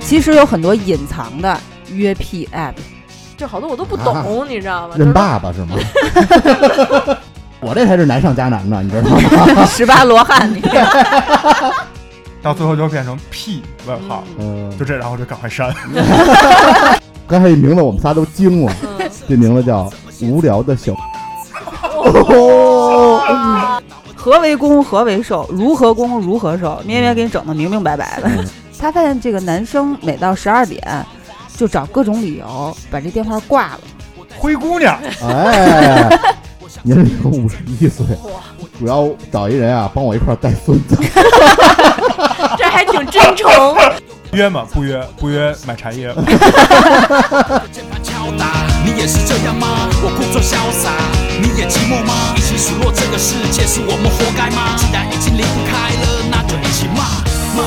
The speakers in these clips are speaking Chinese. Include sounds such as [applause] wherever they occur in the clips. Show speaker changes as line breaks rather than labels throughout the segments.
其实有很多隐藏的约 P app，
就好多我都不懂，
啊
你知道吗？
认爸爸是吗？ [laughs] 我这才是难上加难呢，你知道吗？
十八罗汉你
到最后就变成 P 问号，
嗯
嗯，
就这，然后就赶快删。 [laughs]
刚才这名字我们仨都惊了，
嗯
[laughs] 这名字叫无聊的小。哦
何为攻，何为受，如何攻，如何受，咩咩给你整的明明白白的
嗯。
他发现这个男生每到十二点，就找各种理由把这电话挂了。
灰姑娘，
哎，年龄五十一岁，主要找一人啊，帮我一块儿带孙子。
这还挺真
[laughs]
诚。
约吗？不约，不约买茶叶。
键盘敲打，你也是这样吗？我故作潇洒，你也寂寞吗？一起数落这个世界是我们活该吗？既然已经离不开了，那就一起骂。骂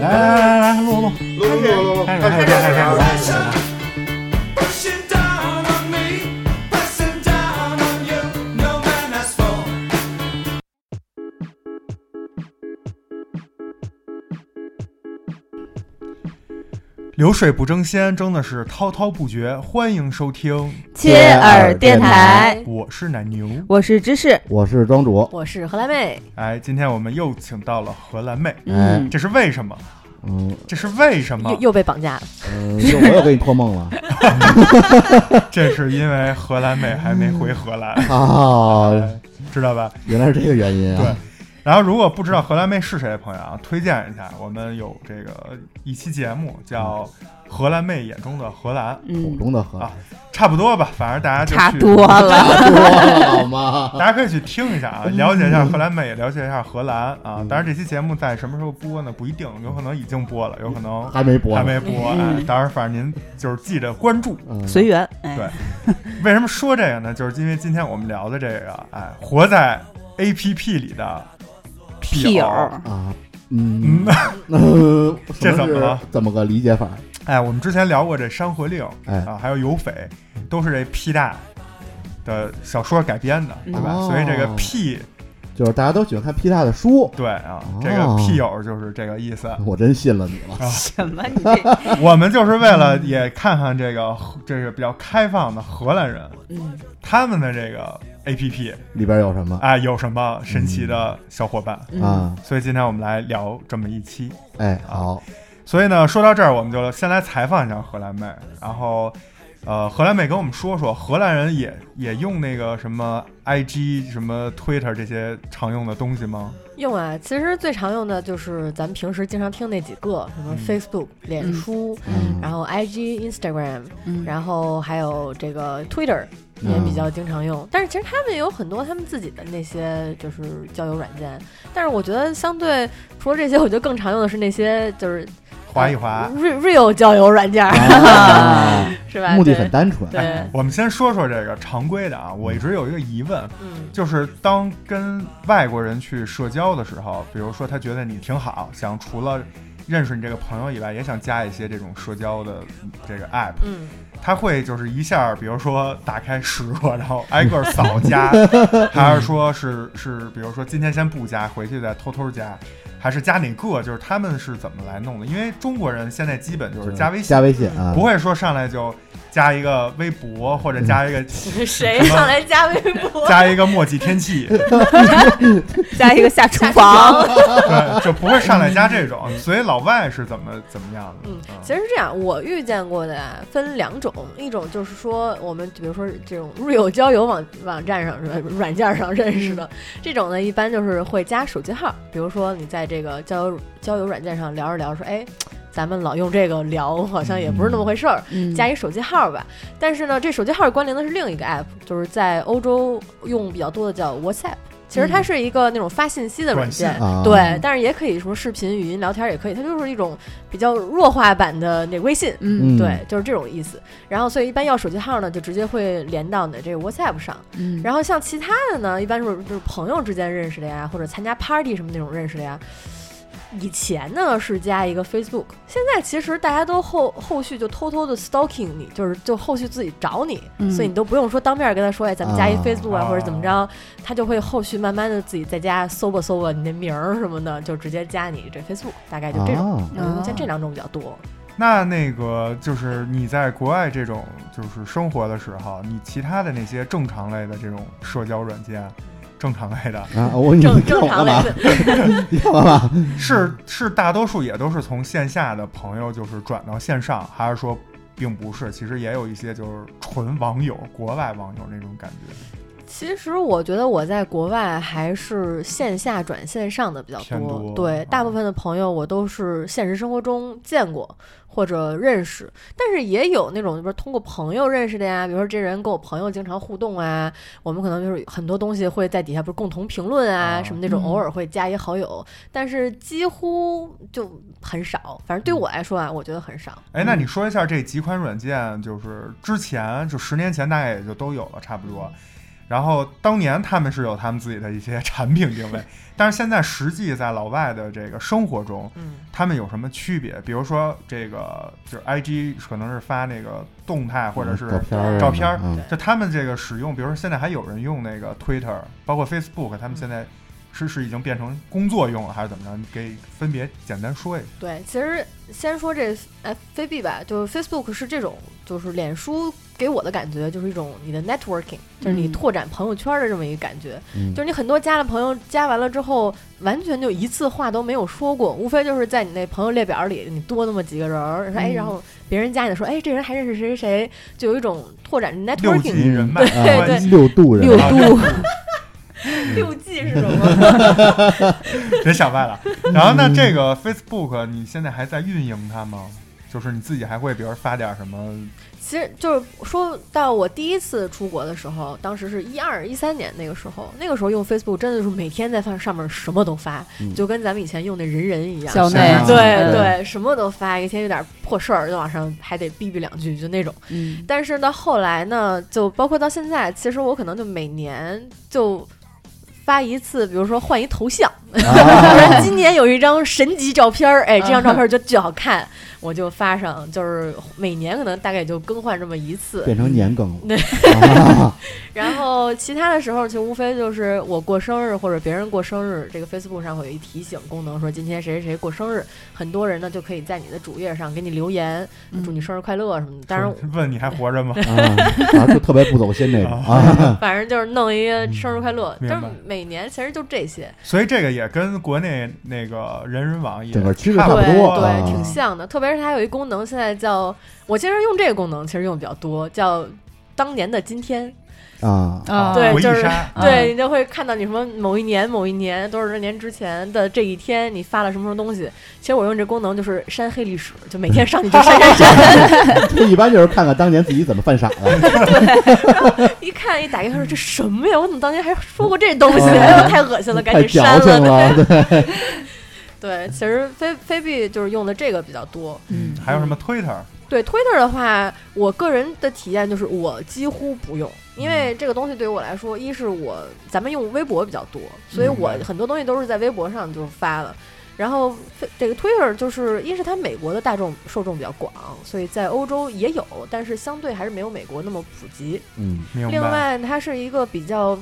来来来来，录录，
录录录录录，
开始开始开始
啊
开始。
流水不争先，争的是滔滔不绝。欢迎收听，
切耳电
哎
台，
我是奶牛。
我是芝士。
我是庄主，
我是荷兰妹，
哎，今天我们又请到了荷兰妹，
嗯
嗯，
这是为什么？
嗯，
这是为什么
又？又被绑架了。
嗯又我又给你托梦了
这是因为荷兰妹还没回
[laughs]
荷兰，
啊！
哎知道吧？
原来是这个原因啊！
然后，如果不知道荷兰妹是谁的朋友啊，推荐一下，我们有这个一期节目叫《荷兰妹眼中的荷兰》，
口
嗯，
中的河
啊差不多吧，反正大家就
差
去
多了。
多了啊好吗？
大家可以去听一下啊，了解一下荷兰妹，也了解一下荷兰啊。当然，这期节目在什么时候播呢？不一定，有可能已经播了，有可能
还没播呢，
还没播。哎，当然，反正您就是记着关注。
嗯
随缘，哎，
对为什么说这个呢？就是因为今天我们聊的这个，哎，活在 A P P 里的
屁友，
啊，嗯，，
嗯
那
[laughs] 这
什
怎么了
是怎么个理解法？
哎，我们之前聊过这《山河令》
哎
啊，还有《有匪》，都是这 P 大的小说改编的，对吧？
哦
所以这个 P
就是大家都喜欢看 P 大的书，
对啊
哦，嗯
这个 P 友就是这个意思。
我真信了你了。
什么你这，
我们就是为了也看看这个这个比较开放的荷兰人，
嗯，
他们的这个 A P P
里边有什么
啊有什么神奇的小伙伴。
嗯，
啊？
所以今天我们来聊这么一期。
哎，好，
所以呢，说到这儿，我们就先来采访一下荷兰妹，然后，呃，荷兰妹跟我们说说，荷兰人也也用那个什么 IG、什么 Twitter 这些常用的东西吗？
用啊，其实最常用的就是咱们平时经常听那几个，什么
嗯
Facebook、脸书，
嗯
然后 IG、Instagram，
嗯
然后还有这个 Twitter
嗯
也比较经常用。但是其实他们也有很多他们自己的那些就是交友软件，但是我觉得相对除了这些，我觉得更常用的是那些就是
划一划。
real real 交友软件，
啊
[laughs] 是吧？
目的
对
很单纯，
对，
[laughs] 我们先说说这个常规的啊，我一直有一个疑问，
嗯
就是当跟外国人去社交的时候，比如说他觉得你挺好，想除了认识你这个朋友以外，也想加一些这种社交的这个 app，
嗯，
他会就是一下，比如说打开十个，然后挨个扫加，还是说是是，比如说今天先不加，回去再偷偷加，还是加哪个？就是他们是怎么来弄的？因为中国人现在基本就是加微信
加，微信啊
不，会说上来就加一个微博或者加
[laughs]
一个
谁上来加微博？
加一个墨迹天气，
加一个下厨房，
对，就不会上来加这种。所以老外是怎么怎么样的？
嗯，其实是这样，我遇见过的呀分两种，一种就是说我们比如说这种 real 交友网网站上软软件上认识的，这种呢一般就是会加手机号，比如说你在这个交友交友软件上聊着聊着说，哎，咱们老用这个聊，好像也不是那么回事儿，加
一
一手机号吧。但是呢，这手机号关联的是另一个 app，就是在欧洲用比较多的叫 WhatsApp。其实它是一个那种发信息的软件
短，
啊，
对，但是也可以什么视频、语音、聊天也可以，它就是一种比较弱化版的那微信，
嗯
嗯，
对，就是这种意思。然后所以一般要手机号呢，就直接会连到你的这个 WhatsApp 上。
嗯，
然后像其他的呢，一般是就是朋友之间认识的呀，或者参加 party 什么那种认识的呀。以前呢是加一个 Facebook，现在其实大家都后后续就偷偷的 stalking 你，就是就后续自己找你，
嗯
所以你都不用说当面跟他说，哎，咱们加一
啊
Facebook 啊，
啊
或者怎么着，他就会后续慢慢的自己在家搜吧搜吧你的名儿什么的，就直接加你这 Facebook，大概就这种。
啊，
嗯，像这两种比较多。
那那个就是你在国外这种就是生活的时候，你其他的那些正常类的这种社交软件，
嗯
正常类的
啊我你
正
看
正
我
常
干
类
嘛？
似，
你看我干嘛？
嗯
是是大多数也都是从线下的朋友就是转到线上，还是说并不是？其实也有一些就是纯网友，国外网友那种感觉
其实我觉得我在国外还是线下转线上的比较
偏多
对，大部
啊
分的朋友我都是现实生活中见过或者认识，但是也有那种就是通过朋友认识的呀，比如说这人跟我朋友经常互动啊，我们可能就是很多东西会在底下不是共同评论啊
啊
什么那种，
嗯
偶尔会加一好友，但是几乎就很少，反正对我来说啊，我觉得很少。
哎，那你说一下这几款软件，就是之前就十年前大概也就都有了，差不多。然后当年他们是有他们自己的一些产品定位，但是现在实际在老外的这个生活中，
嗯
他们有什么区别？比如说这个就是 IG 可能是发那个动态， [laughs] 或者是
嗯照片儿
照片儿
嗯
就他们这个使用，比如说现在还有人用那个 Twitter，包括 Facebook，他们现在是是已经变成工作用了，还是怎么着？你给分别简单说一下。
对，其实先说这 F V B 吧，就是 Facebook 是这种，就是脸书给我的感觉就是一种你的 networking，就是你
嗯
拓展朋友圈的这么一个感觉。
嗯
就是你很多加了朋友，加完了之后，完全就一次话都没有说过，无非就是在你那朋友列表里，你多那么几个人儿，说哎，
嗯
然后别人加你的说哎，这人还认识谁谁谁，就有一种拓展
六级
networking
人脉
啊
关系，
六度人
六
啊
度，
六 G 是什么？
[laughs] 别想歪了。然后那这个 Facebook 你现在还在运营它吗？就是你自己还会，比如发点什么
其实就是说到我第一次出国的时候，当时是一二一三年那个时候，那个时候用 Facebook 真的是每天在放上面什么都发，
嗯
就跟咱们以前用的人人一样。
校内
啊
对
嗯
对，什么都发，一天有点破事儿就往上还得逼逼两句，就那种。
嗯
但是到后来呢，就包括到现在，其实我可能就每年就发一次，比如说换一头像， [laughs]
啊
今年有一张神级照片儿，哎，这张照片儿就巨好看，我就发上，就是每年可能大概就更换这么一次。
变成年更了
对。
啊
然后其他的时候，就无非就是我过生日或者别人过生日，这个 Facebook 上会有一提醒功能，说今天谁谁谁过生日，很多人呢就可以在你的主页上给你留言，祝你生日快乐什么的。当然，
问你还
[laughs]
活着吗？
啊，反正就特别不走心这个
哦
啊，
反正就是弄一个生日快乐，
嗯明
就
白
是每年其实就这些，
所以这个也跟国内那个人人网也
整个趋势
差
差
不
不
对
多
多了，
啊
对，挺像的。特别是它有一功能，现在叫我其实用这个功能，其实用的比较多，叫当年的今天。
啊，
啊，
对
回忆
就是
杀，
啊
对你就会看到你什么某一年、某一年多少多年之前的这一天，你发了什么什么东西。其实我用这功能就是删黑历史，就每天上去就删删删，
这一般就是看看当年自己怎么犯傻的。
一看一打开说这什么呀？我怎么当年还说过这东西？
啊
哎呦， [laughs] 太恶心了，赶
太
紧删
矫情
了。
了，
[laughs]
对，
对，其实菲菲比就是用的这个比较多。
嗯
还有什么 Twitter
对 Twitter 的话，我个人的体验就是我几乎不用，因为
嗯
这个东西对于我来说，一是我咱们用微博比较多，所以我
明白
很多东西都是在微博上就发了。然后这个 Twitter 就是一是它美国的大众受众比较广，所以在欧洲也有，但是相对还是没有美国那么普及。
嗯，
明
另
白？
外，它是一个比较。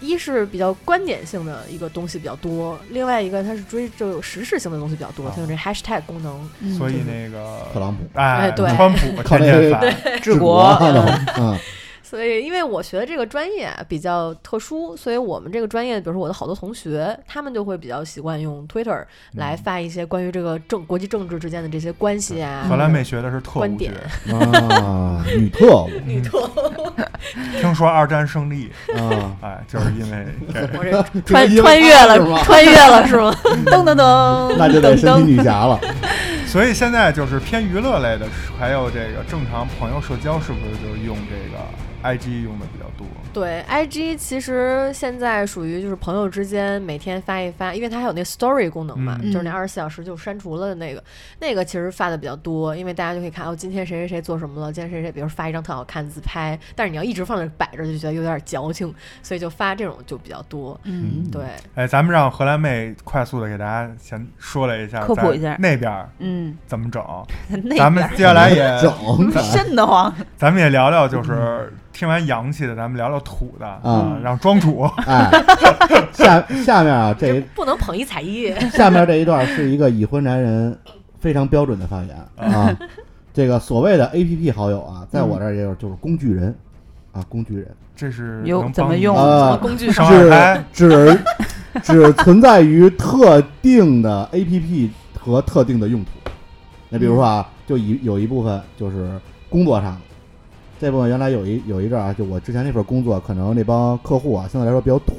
一是比较观点性的一个东西比较多，另外一个它是追就时事性的东西比较多，它有
哦
这 hashtag 功能，
嗯
所以那个
特朗普
哎，
哎对
[laughs] 川普
靠
天
那
天
个
发，
治
国
国，嗯
嗯，
所以，因为我学的这个专业啊比较特殊，所以我们这个专业，比如说我的好多同学，他们就会比较习惯用
嗯
Twitter 来发一些关于这个政国际政治之间的这些关系啊。
荷兰妹学的是特务
观
学
点，
啊，女特务
女特，
听说二战胜利，
啊，
[laughs] 哎，就是因为这个。
我这
这
[laughs] 穿
个因为
穿越
她是吗
了，穿越了是吗？ [laughs]
噔噔噔，
[laughs] 那就得
噔
神奇
噔，
女侠了。
所以现在就是偏娱乐类的，还有这个正常朋友社交，是不是就用这个 IG 用的比较多？
对，IG 其实现在属于就是朋友之间每天发一发，因为它还有那 Story 功能嘛，
嗯
就是那二十四小时就删除了的那个，那个其实发的比较多，因为大家就可以看哦，今天谁谁谁做什么了，今天谁谁谁，比如发一张特好看的自拍，但是你要一直放那儿摆着就觉得有点矫情，所以就发这种就比较多。
嗯，
对，
哎，咱们让荷兰妹快速的给大家先说了一下，
科普一下
那边儿
嗯，
怎么整。
那
咱们接下来也，
[laughs]
整
瘆得慌，
咱们也聊聊，就是听完洋气的，咱们聊聊土的啊
嗯
让
[laughs]
庄主
哎，下下面啊，这一
不能捧一踩一。
下面这一段是一个已婚男人非常标准的发言啊。这个所谓的 A P P 好友啊，在
嗯
我这儿也有就是工具人啊，工具人
这是
有
能
怎
帮
么
你
用
啊，
工具
是
上二胎
只只存在于特定的 A P P 和特定的用途。那比如说啊，就一有一部分就是工作上的，这部分原来有一有一阵儿啊，就我之前那份工作，可能那帮客户啊，相对来说比较土，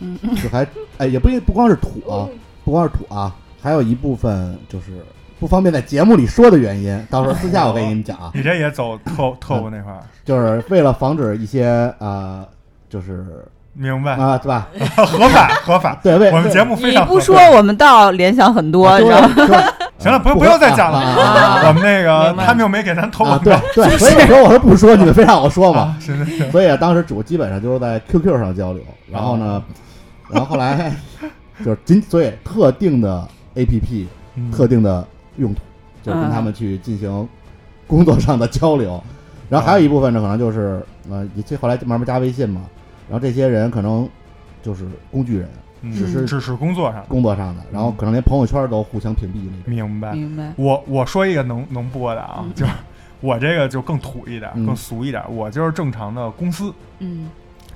嗯
就还哎也不一不光是土啊，不光是土啊，还有一部分就是不方便在节目里说的原因，到时候私下我给你们讲啊。
[laughs] 你这也走特特务那块儿，
就是为了防止一些呃，就是
明白？
啊，对吧？
合法合法，
[laughs] 对为
我们节目 [laughs] 非
你
常合啊
不
法
说，我们倒联想很
啊
多，你知道吗？
说说
[laughs] 行了，不用
不
不用再讲
啊啊啊
[laughs] 了。我们那个
明白
他们又没给咱投
啊，
广
对
告， [laughs]
对，所以我说我说不说，你们非让我说嘛
啊，。行行
[laughs]
行，
所以啊，当时主基本上就是在 QQ 上交流，然后
啊
呢，然后后来 [laughs] 就是仅所以特定的 APP、
嗯
特定的用途，就是跟他们去进行工作上的交流。然后还有一部分呢，可能就是呃，也这后来就慢慢加微信嘛，然后这些人可能就是工具人，
嗯
只是
只是工作上，
工作上的，
嗯
然后可能连朋友圈都互相屏蔽那种。
明白。
明白，
我我说一个能能播的啊，就是我这个就更土一点，
嗯
更俗一点，我就是正常的公司，
嗯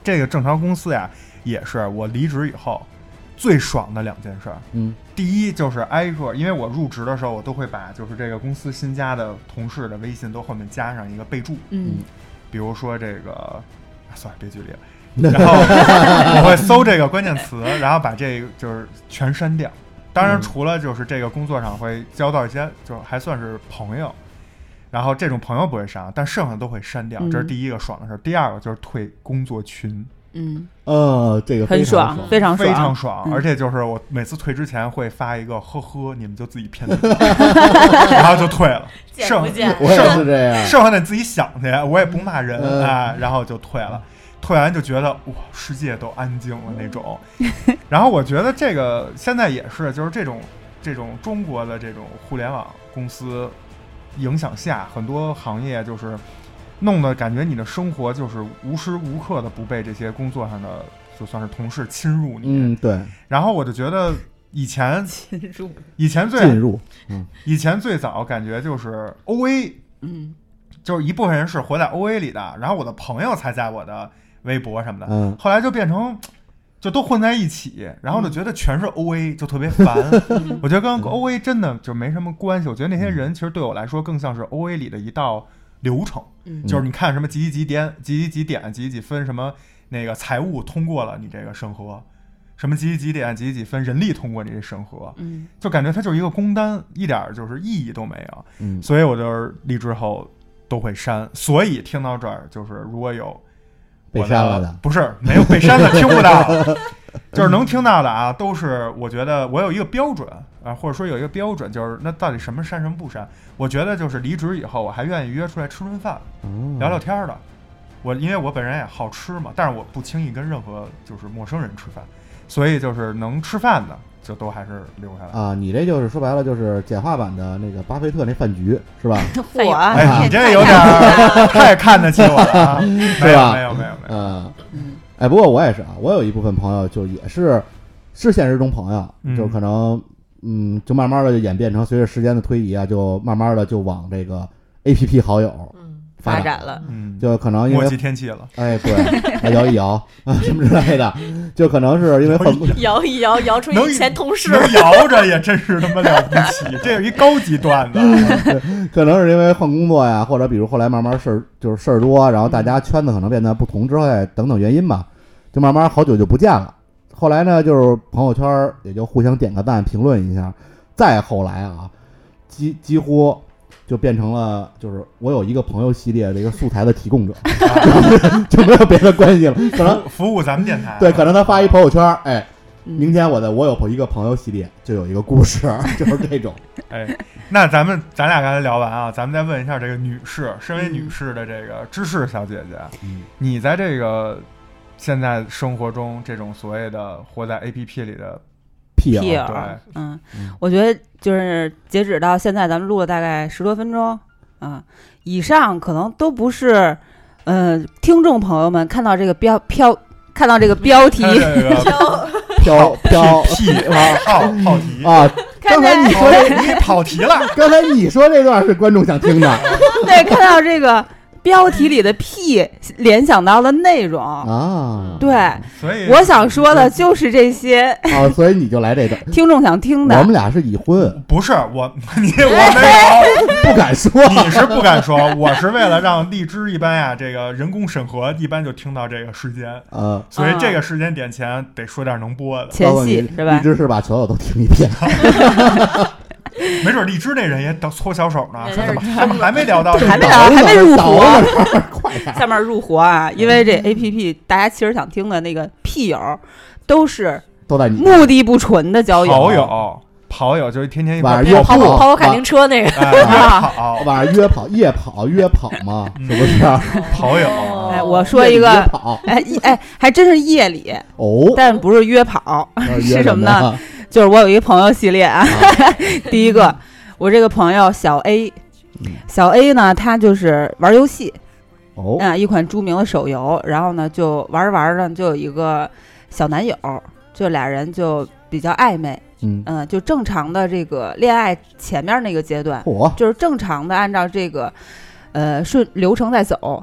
这个正常公司呀，也是我离职以后最爽的两件事儿。
嗯
第一就是挨个，因为我入职的时候，我都会把就是这个公司新加的同事的微信都后面加上一个备注，
嗯
比如说这个，啊算了，别举例了。
[laughs]
然后我会搜这个关键词，然后把这个就是全删掉。当然，
嗯
除了就是这个工作上会交到一些，就是还算是朋友，然后这种朋友不会删，但剩下的都会删掉。
嗯
这是第一个爽的事儿。第二个就是退工作群，
嗯，
呃，这个
很
非常
爽，非常
非常
爽，
爽，
嗯
而且就是我每次退之前会发一个呵呵，你们就自己骗自己，
[laughs]
然后就退了，
[laughs] 见
剩
不见
我也是这样。
剩下的你自己想去，我也不骂人
嗯
啊，哎然后就退了。退完就觉得哇，世界都安静了
[laughs]
那种。然后我觉得这个现在也是，就是这种这种中国的这种互联网公司影响下，很多行业就是弄得感觉你的生活就是无时无刻的不被这些工作上的就算是同事侵入你。
嗯，对，
然后我就觉得以
[laughs]
前
进入，
以前
进 [laughs]
最
入
以前最早感觉就是 O A，
嗯
就是一部分人是活在 O A 里的，然后我的朋友才加我的微博什么的，
嗯
后来就变成。就都混在一起，然后就觉得全是 O A，、就特别烦。
嗯
我觉得跟 O A 真的就没什么关系。我觉得那些人其实对我来说更像是 O A 里的一道流程，
嗯
就是你看什么几几几点几几几点几几几分什么那个财务通过了你这个审核，什么几几几点几几几分人力通过你这审核，
[laughs] 嗯
就感觉它就是一个工单，一点儿就是意义都没有。
嗯
所以我就是离职后都会删。所以听到这儿，就是如果有
被
我
删了的，
不是没有被删的，听不到，
[laughs]
就是能听到的啊，都是我觉得我有一个标准啊，或者说有一个标准，就是那到底什么删什么不删？我觉得就是离职以后，我还愿意约出来吃顿饭，聊聊天儿的。我因为我本人也好吃嘛，但是我不轻易跟任何就是陌生人吃饭，所以就是能吃饭的就都还是留下来。
啊，你这就是说白了就是简化版的那个巴菲特那饭局是
[laughs]
吧？
我啊
哎，你这有点儿 [laughs] 太看得起我了
[laughs]
啊！没有没有没有没有，
嗯
嗯，
哎，不过我也是啊，我有一部分朋友就也是是现实中朋友，
嗯
就可能嗯，就慢慢的就演变成随着时间的推移啊，就慢慢的就往这个 A P P 好友
嗯，
发
展
展，了，
嗯，
就可能因
墨
为
迹天气了，
哎对，啊摇一摇 [laughs] 啊什么之类的，就可能是因为混不
[laughs] 摇一摇，摇出
能
一前同事。
能摇着也真是他妈了不
[laughs]
起，这是一高级段子啊。
可能是因为换工作呀，或者比如后来慢慢事儿就是事儿多，然后大家圈子可能变得不同之外等等原因吧，就慢慢好久就不见了。后来呢，就是朋友圈儿也就互相点个赞、评论一下。再后来啊，几几乎就变成了就是我有一个朋友系列的一个素材的提供者， [laughs] 就没有别的关系了。可能
服服务咱们电台。啊
对，可能他发一朋友圈，哎，
嗯
明天我的我有一个朋友系列就有一个故事， [laughs] 就是这种。
哎，那咱们咱俩刚才聊完啊，咱们再问一下这个女士，身
嗯
为女士的这个芝士小姐姐，
嗯
你在这个现在生活中这种所谓的活在 A P P 里的，
屁
屁
眼儿
眼儿，
对
嗯
嗯，
我觉得就是截止到现在，咱们录了大概十多分钟啊，以上可能都不是，呃，听众朋友们看到这个标标，看到这个标题
看，这个
飘 [laughs] 飘
屁啊跑跑题，哦
啊！
看
刚
见
才你说这，
你跑题了，
刚才你说这段是观众想听的
[laughs] 对，看到这个标题里的屁，联想到了内容。
啊，
对，
所以
我想说的就是这
[laughs]
些
啊，所以你就来这个。
听众想听
我
的
们。俩是已婚，
不是我 [laughs]
[laughs]
你我没有。
不敢说。
你是不敢说，我是为了让荔枝一般呀、这个人工审核一般就听到这个时间，
呃，
所以
啊
这个时间点前得说点能播的，
前
告诉你
戏是吧
一？直是把所有都听一遍。
没准荔枝那人也等搓小手呢， [laughs] 说
人家
怎
是
么他 [laughs] 们还没聊到这
还没
个，
到，还没入
倒
伙
了。快点！
下面入活啊，
嗯
因为这 A P P 大家其实想听的那个屁友，都是
都在你
目的不纯的交友。
跑友跑友就是天天一块
晚
儿
上约跑
跑步，
跑跑卡丁车那个，
哎，约跑
晚上约跑，夜跑约跑嘛，是不是？
跑友，
哎，我说一
夜
个
里约，跑
哎，一哎，还真是夜里，
哦，
但不是约跑，
约
是什么
么
呢？就是我有一个朋友系列啊， [laughs] 第一个，我这个朋友小 A，小
嗯
A 呢，他就是玩游戏，
哦，
啊，一款著名的手游，然后呢，就玩着玩着呢，就有一个小男友，就俩人就比较暧昧，
嗯，
嗯、就正常的这个恋爱前面那个阶段，
嚯，
就是正常的按照这个呃顺流程在走，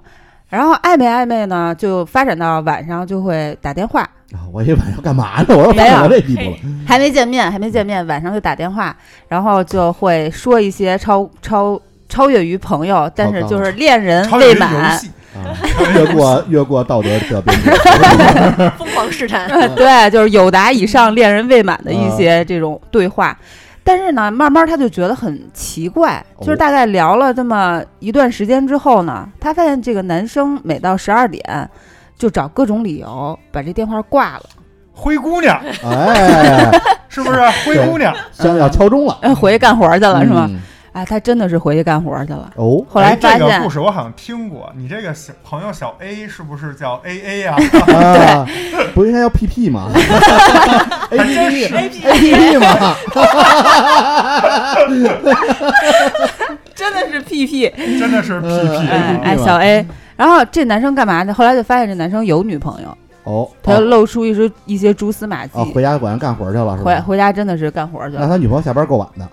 然后暧昧暧昧呢，就发展到晚上就会打电话，
啊我以为要干嘛呢？我说
没有
到这地步了，
嗯
还没见面，还没见面，晚上就打电话，然后就会说一些超超超越于朋友，但是就是恋人
超
未
友游
满，
戏，
啊越过越过道德的边界，
疯狂试
[laughs]
探，
[laughs]
对，就是有达以上恋人未满的一
嗯
些这种对话。但是呢，慢慢他就觉得很奇怪，
哦
就是大概聊了这么一段时间之后呢，他发现这个男生每到十二点就找各种理由把这电话挂了，
灰
[laughs]
姑娘
哎，
是不是？啊灰姑娘，
像要敲钟了，
哎， [laughs] 回去干活去了是吗？
哦嗯？
哎，他真的是回去干活去了。 [laughs]
哦，
后来
哎
发
这
现，
个故事我好像听过，你这个小朋友小 A 是不是叫 A A
[laughs]
啊？
啊，不应该要 PP 吗？A P P A P P 吗？
真的是屁 [laughs] 屁，
真的是啊 P
哎
P，
哎，小 A。然后这男生干嘛呢？后来就发现这男生有女朋友，
哦，
他就
哦
露出一些一些蛛丝马迹。
哦，回家果然干活去了是
回
吧？
回家真的是干活去
那
了，
他女朋友下班够晚
[laughs]
的，啊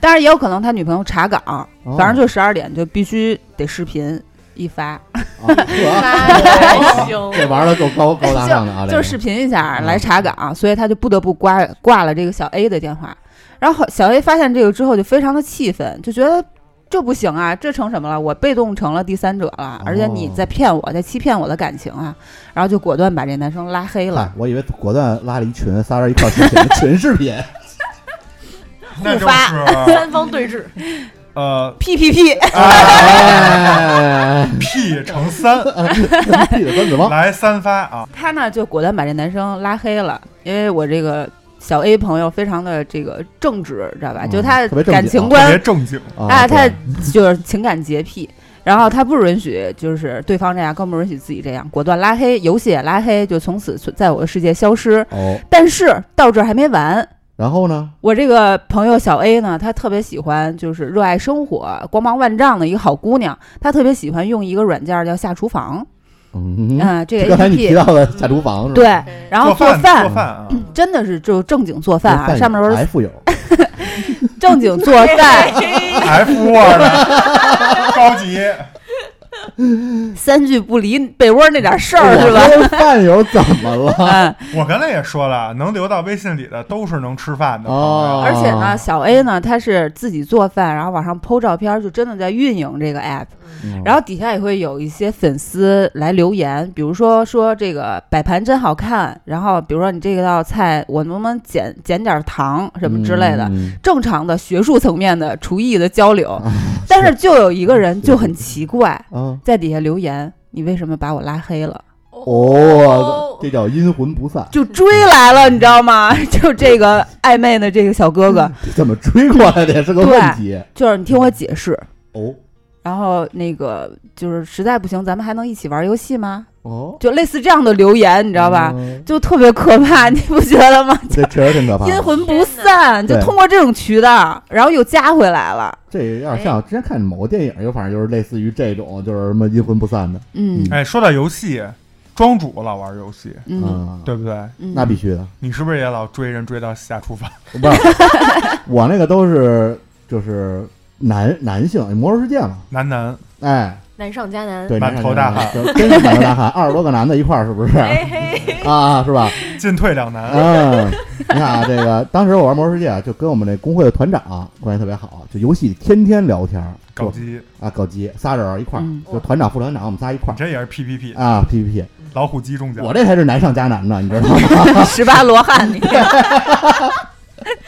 当然也有可能他女朋友查岗，
哦
反正就十二点就必须得视频一发，
啊 [laughs] 呵
太凶
这玩的够高高大上的啊！
就是视
这个
频一下
嗯
来查岗，所以他就不得不挂挂了这个小 A 的电话。然后小 A 发现这个之后就非常的气愤，就觉得这不行啊，这成什么了？我被动成了第三者
哦
了，而且你在骗我，在欺骗我的感情啊！然后就果断把这男生拉黑
嗨
了，，
哎我以为果断拉了一群，仨人一块儿视
[laughs]
频，群视频，
那就
互发
是
三方对峙，
[laughs] 呃
屁屁屁！
哎，
P 乘三，
[laughs] 屁的分子汪，
来三发啊！
他呢就果断把这男生拉黑了，因为我这个小 A 朋友非常的这个正直，知道吧？
嗯
就他
特别正经
感情
啊
观
特别正经，
哎，他
对
就是情感洁癖，然后他不允许就是对方这样，更不允许自己这样，果断拉黑，游戏也拉黑，就从此存在我的世界消失。
哦，
但是到这儿还没完，
然后呢？
我这个朋友小 A 呢，她特别喜欢就是热爱生活、光芒万丈的一个好姑娘，她特别喜欢用一个软件叫下厨房
嗯，
啊、这
刚
个
才你提
APP
到嗯的下厨房是吧？
对，然后
嗯做
做
饭
饭
做饭啊，
真的是就正经做饭啊，
饭
上面都是
F 友，
[laughs]
正经做饭。
啊 F 窝的高级，
三句不离被窝那点事儿是吧？
我跟啊饭友怎么了？
嗯，
我刚才也说了，能留到微信里的都是能吃饭的朋
[laughs]
友。
哦，
而且呢，，小 A 呢，他是自己做饭，然后往上 PO 照片儿，就真的在运营这个 app。
嗯
然后底下也会有一些粉丝来留言，比如说说这个摆盘真好看，然后比如说你这道菜我能不能减减点糖什么之类的，
嗯
正常的学术层面的厨艺的交
[laughs]
流。但是就有一个人就很奇怪，
啊，
在底下留言：“你为什么把我拉黑了
哦，这叫阴魂不散？”，
就追来了，你知道吗？ [laughs] 就这个暧昧的这个小哥哥，
这怎么追过来的也是个问题。
就是你听我解释，
哦
然后那个就是实在不行，咱们还能一起玩游戏吗？
哦，
就类似这样的留言，你
你
知道吧？？就特别可怕，你不觉得吗？
这确实挺可怕的，
阴魂不散，就
对
通过这种渠道，然后又加回来了。
这有点
哎
像之前看某个电影，有反正就是类似于这种，就是什么阴魂不散的。
嗯
哎，说到游戏，庄主老玩游戏，
嗯，
啊，
对不对？
嗯
那必
[laughs]
须的。
你是不是也老追人追到下厨房？
不是，我那个都是就是男男性魔兽世界嘛，
男男，
哎，
难上加难。
对，
满
男
头大汗
生，真是满头大汗， [laughs] 二十多个男的一块儿，是不是？
哎
[laughs] 啊，是
[laughs]
吧？
进退
[laughs]
两难。
嗯，你看啊，这个当时我玩魔兽世界啊，就跟我们那工会的团长关系特别好，啊就游戏天天聊天儿，
搞基，
啊，搞基，仨人儿一块儿，
嗯
就团长、副团长，我们仨一块
你
儿
这也是 PPP
啊，PPT，
老虎机中奖
我。这才是难上加难呢，你知道吗？ [laughs]
十八罗汉，你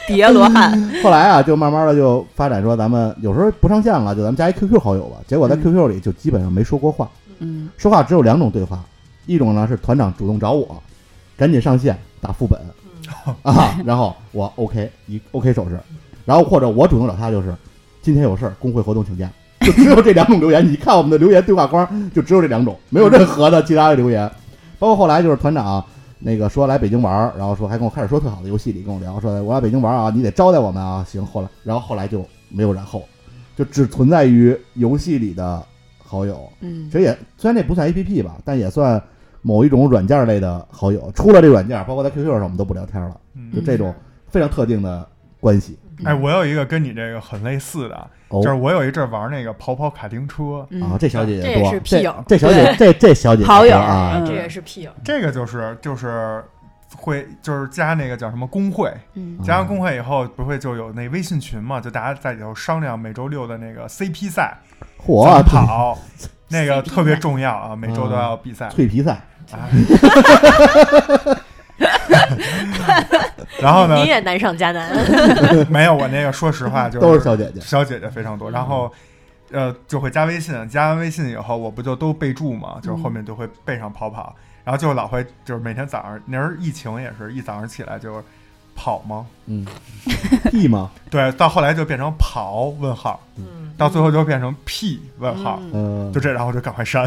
叠罗汉，
后来啊，就慢慢的就发展说，咱们有时候不上线了，就咱们加一 QQ 好友吧。结果在
嗯
QQ 里就基本上没说过话，
嗯
说话只有两种对话，一种呢是团长主动找我，赶紧上线打副本 [laughs] 啊，然后我 OK 一 OK 手势，然后或者我主动找他就是今天有事儿，工会活动请假，就只有这两种留言。你看我们的留言对话框就只有这两种，没有任何的其他的留言。包括后来就是团长那个说来北京玩儿，然后说还跟我开始说特好的游戏里跟我聊，说我来北京玩儿啊，你得招待我们啊。行，后来然后后来就没有然后，就只存在于游戏里的好友。
嗯
其实也虽然这不算 A P P 吧，但也算某一种软件类的好友。出了这软件，包括在 Q Q 上，我们都不聊天了，就
嗯，
这种非常特定的关系。
哎，我有一个跟你这个很类似的，
哦
就是我有一阵儿玩那个跑跑卡丁车，
啊，
嗯，
这小姐
这
姐
也
多
是，屁友
这小姐这这小姐姐
好友
多啊
嗯，
这也是屁友，
这个就是就是会就是加那个叫什么工会，
啊
嗯
加上工会以后不会就有那微信群嘛，就大家在里头商量每周六的那个 CP 赛怎么
嚯，
跑，那个特别重要啊，每周
嗯
都要比赛。
脆皮赛，
哎 [laughs] 然后呢
你，也难上加难。
没有我那个，说实话就
都是小姐姐。
小姐姐非常多，然后。呃，就会加微信，加完微信以后，我不就都备注嘛，就是后面就会备上跑跑，然后就老会就是每天早上，那时候疫情也是一早上起来就是跑嘛，
嗯，屁吗？
对，到后来就变成跑问号，
嗯，
到最后就变成 P 问号，
嗯
就，这，然后就赶快删，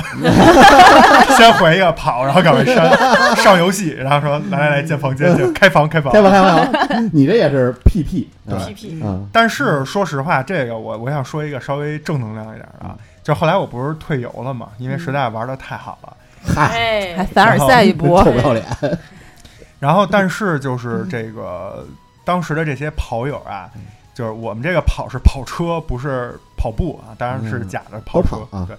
先回一个跑，然后赶快删，上游戏，然后说来来来，建房间，建开房开房
开。吧开吧开吧，你这也是 P P，
屁屁，
嗯，
但是说实话，这个我我想说一个稍微正能量一点的啊，就后来我不是退游了嘛，因为实在玩的太好了。
嗨，
还
哎，
凡尔赛一波
臭，不要脸，
然后但是就是这个当时的这些跑友啊，就是我们这个跑是跑车，不是跑步啊，当然是
嗯
假的跑车
都。跑啊
对，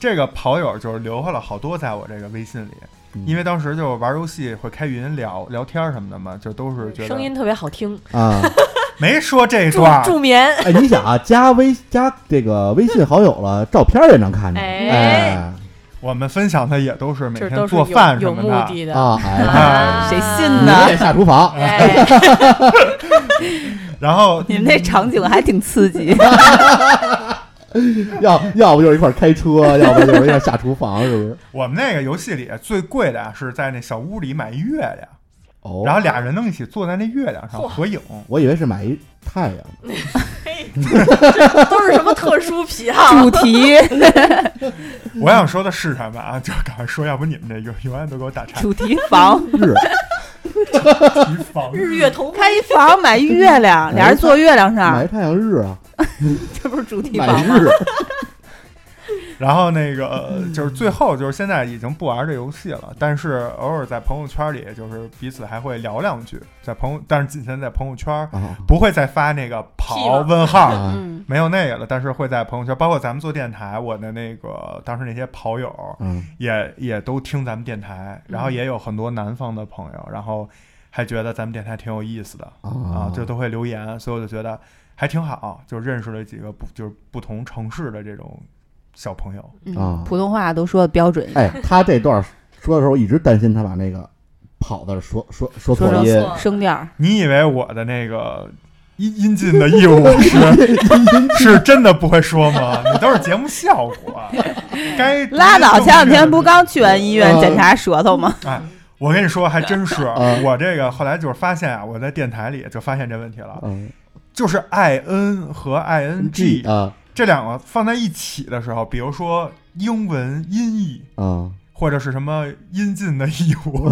这个跑友就是留下了好多在我这个微信里，
嗯
因为当时就玩游戏会开语音聊聊天什么的嘛，就都是觉
声
得
音特别好听，
啊！
没说这
助
段儿。
助眠。
哎，你想啊，加微加这个微信好友了，照片也能看见，哎
哎
我们分享的也都是每
这
天
都是
做
有
饭什
有
么
目
的，
的的，
啊，哎，
哎
谁信
你
呢
也下厨房，
哎，
然后
你们那场景还挺刺
[laughs]
激。
要要不就是一块儿开车，要不就是一块儿下厨房，是不是？
我们那个游戏里最贵的啊是在那小屋里买一月亮，
哦，
然后俩人能一起坐在那月亮上
嚯
合影。
我以为是买一太阳，
都是什么特殊癖好？
主题，
我想说的是什么啊？ [laughs] 就赶快说，要不你们这永永远都给我打岔。
主题房，
日
提
[laughs]
防
日月同
开一房买一月亮，俩人坐月亮上
买，太阳日啊，
这不是主题
买
房吗？
日，
然后那个呃就是最后就是现在已经不玩这游戏了，但是偶尔在朋友圈里就是彼此还会聊两句，在朋友，但是仅限在朋友圈，
啊
不会再发那个
屁
跑
了
问号。
啊
嗯，
没有那个了，但是会在朋友圈，包括咱们做电台，我的那个当时那些跑友
嗯，
也也都听咱们电台，然
嗯
后也有很多南方的朋友，然后还觉得咱们电台挺有意思的啊
啊，
就都会留言，所以我就觉得还挺好，就认识了几个不就是不同城市的这种小朋友。
啊
嗯，普通话都说的标准一点，
哎，他这段说的时候，我一直担心他把那个跑字说说
说
说错
成
音，
错
声调儿，
你以为我的那个阴阴尽的义务是
[laughs]
是真的不会说吗？你都是节目效果，该
拉倒！前两天不刚去完医院
嗯
检查舌头吗？
我跟你说，还真是
啊
我这个后来就是发现啊，我在电台里就发现这问题了，
嗯
就是 i n 和 i n g
啊
这两个放在一起的时候，比如说英文音译
啊，
或者是什么音近的义
[laughs]
务，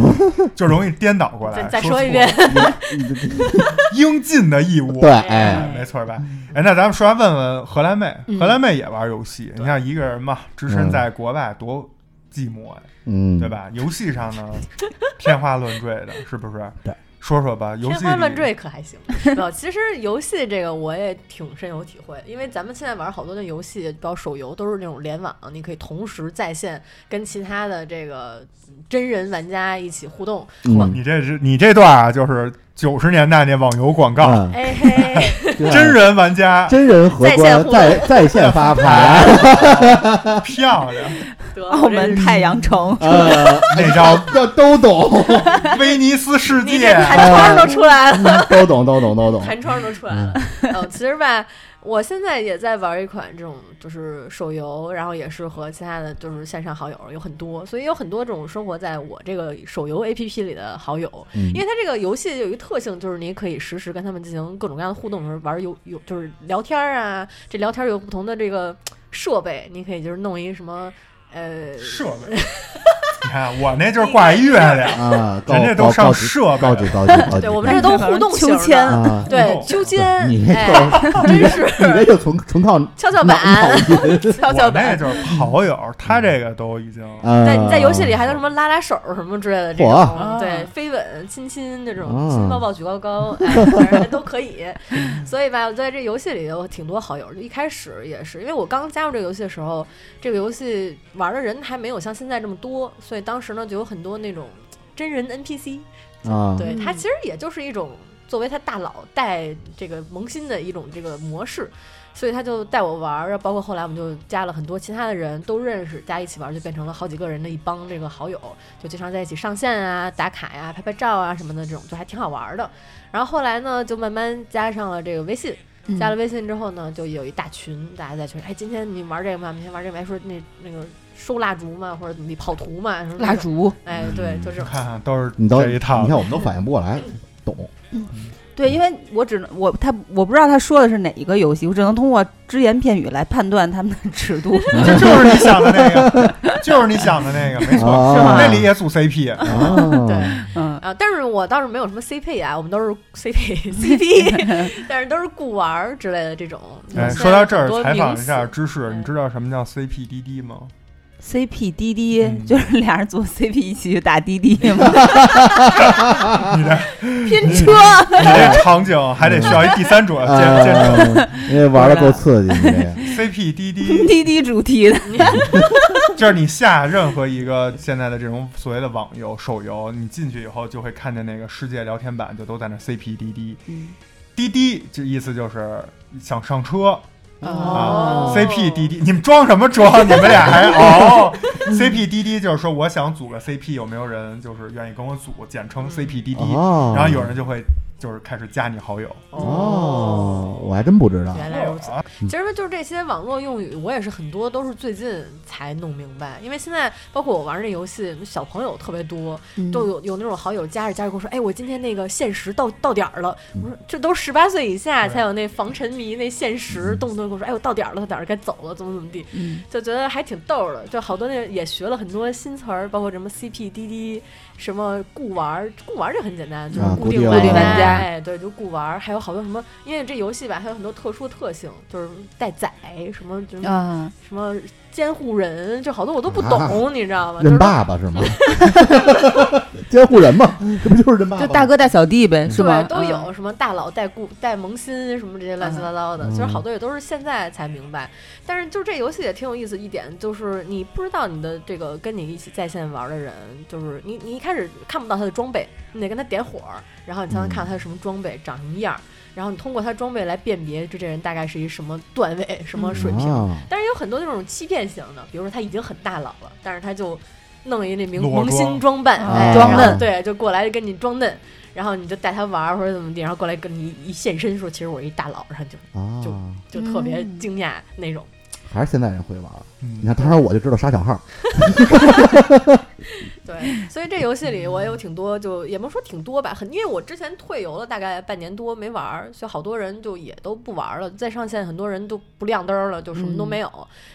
就容易颠倒过来。
再再
说
说一
错
遍，
英近的义务。
对，哎，
哎，没错吧？哎，那咱们说完问问荷兰妹，
嗯
荷兰妹也玩游戏，你看一个人嘛，只身在国外多寂寞呀，
嗯，
对？吧？游戏上呢， [laughs] 天花乱坠的，是不是？
对，
说说吧，游戏
天
里
花乱坠可还行。没有，其实游戏这个我也挺深有体会，因为咱们现在玩好多的游戏，包括手游，都是那种联网，你可以同时在线跟其他的这个真人玩家一起互
[laughs]
动。
嗯，
你这是你这段啊，就是九十年代那网游广告，
嗯
哎嘿，
对啊
真人玩家
真人荷
在线
官
互动
在在线发牌，，
漂亮，
得
澳门太阳城
呃，
那叫
要都懂，
[laughs] 威尼斯世
你这
界。
[laughs]
弹
哎
窗都出来了。
啊都懂，都懂，都懂。
弹窗都出来
[laughs]
了。嗯，其实吧，我现在也在玩一款这种就是手游，然后也是和其他的就是线上好友有很多，所以有很多这种生活在我这个手游 APP 里的好友。
嗯
因为它这个游戏有一个特性，就是你可以实时跟他们进行各种各样的互动，就是玩游游就是聊天儿啊，这聊天儿有不同的这个设备，你可以就是弄一什么。呃，
设备。你看我那就是挂一月 [laughs] 亮，
啊，高
人家都
高
上
高级
设备
高级高级高级，
对我们这都互动型
秋
的
千
啊，
对
互动
秋千，
你这
哎， [laughs]
就你
真
这
是
你这就纯纯
[laughs]
靠
跷跷
脑
板，
脑筋
跷
我
跷
那
板。
就是跑友，他这个都已经
啊，
[laughs] 在在游戏里还能什么拉拉手什么之类的这种，
嚯
对，飞吻、亲亲这种，
啊
亲抱抱、举高高，哎，反正都可
[laughs]
以。所以吧，我在这游戏里有挺多好友。一开始也是，因为我刚加入这个游戏的时候，这个游戏玩的人还没有像现在这么多，所以当时呢就有很多那种真人 NPC，
啊，
对，它
嗯
其实也就是一种作为他大佬带这个萌新的一种这个模式，所以他就带我玩儿，包括后来我们就加了很多其他的人都认识，大家一起玩儿就变成了好几个人的一帮这个好友，就经常在一起上线啊、打卡呀、拍拍照啊什么的，这种就还挺好玩儿的。然后后来呢，就慢慢加上了这个微信。
嗯
加了微信之后呢，就有一大群，大家在群里，哎，今天你玩这个吗？明天玩这个吗？哎说那那个收蜡烛嘛，或者怎么地跑图嘛，什么这
蜡
种，
烛。
哎，对，就这种。
看看都是
你都
这
你
一套
看。我们都反应不过来，懂
对，因为我只能我他我不知道他说的是哪一个游戏，我只能通过只言片语来判断他们的尺度。
这就是你想的那个，就是你想的那个，没错，
啊
是吧？那里也 [laughs] 组 CP，
啊？
对
嗯，
啊，但是我倒是没有什么 CP 啊，我们都是 CP
[laughs]
CP，但是都是顾玩儿之类的这种。
哎，
现在
说到
有
这儿
很多
采访
名
一下
词，
知识，
嗯
你知道什么叫 CP 滴滴 [laughs] 吗？
CP 滴滴、
嗯
就是俩人组 CP 一起去打滴滴嘛，拼车。
你这场景还得需要一第三者
[laughs] 啊
见见证。，
因为玩的够刺激，你这个
CP 滴滴
滴滴主题的，
就是你下任何一个现在的这种所谓的网游、手游，你进去以后就会看见那个世界聊天版就都在那 CP 滴滴，滴滴这意思就是想上车啊、
哦
c p 滴滴，你们装什么装？你们俩还哦，CP 滴滴就是说我想组个 CP，有没有人就是愿意跟我组，简称 CP 滴滴，
哦，
[laughs] 然后有人就会就是开始加你好友，
哦，我还真不知道，
原来如此。
啊
其实就是这些网络用语，我也是很多都是最近才弄明白，因为现在包括我玩这游戏，小朋友特别多，
嗯
都有有那种好友加着加着跟我说，哎，我今天那个限时到到点儿了。
嗯
我说这都十八岁以下才有那防沉迷那限
嗯
时，动不动跟我说，哎，我到点儿了，到点儿了，该走了，怎么怎么地，就觉得还挺逗儿的。就好多那也学了很多新词儿，包括什么 CP 滴滴，什么固玩儿，固玩儿这很简单，就是
啊
固
固
定
定
玩
玩
家
哎，对，就固玩儿。还有好多什么，嗯因为这游戏吧，还有很多特殊特性，就是带崽，什么什么
啊，
什么监护人，就好多我都不懂，
啊
你知道吗？就是
认爸爸是吗？ [laughs] 监护人嘛，这不就是认爸爸
就
吗？ [laughs]
大哥带小弟呗，是吗？
对，都
嗯
有什么大佬带顾带萌新什么这些乱七八糟的，
嗯
其实好多也都是现在才明白。但是就这游戏也挺有意思一点，就是你不知道你的这个跟你一起在线玩的人，就是你你一开始看不到他的装备，你得跟他点火，然后你才能
嗯
看到他什么装备、长什么样儿，然后你通过他装备来辨别就这人大概是一什么段位、什么水平。
啊
但是有很多那种欺骗型的，比如说他已经很大佬了，但是他就弄一那明
裸
萌新
妆
装扮，
啊
哎，
装
然后
嫩
对，就过来跟你装嫩，然后你就带他玩儿或者怎么地，然后过来跟你一现身说，其实我是一大佬，然后就
啊，
就特别
嗯
惊讶那种。
还是现在人会玩。你
嗯，
看，当时我就知道杀小号，
对，所以这游戏里我有挺多，就也不说挺多吧，很因为我之前退游了大概半年多没玩儿，所以好多人就也都不玩儿了。再上线很多人都不亮灯儿了，就什么都没有。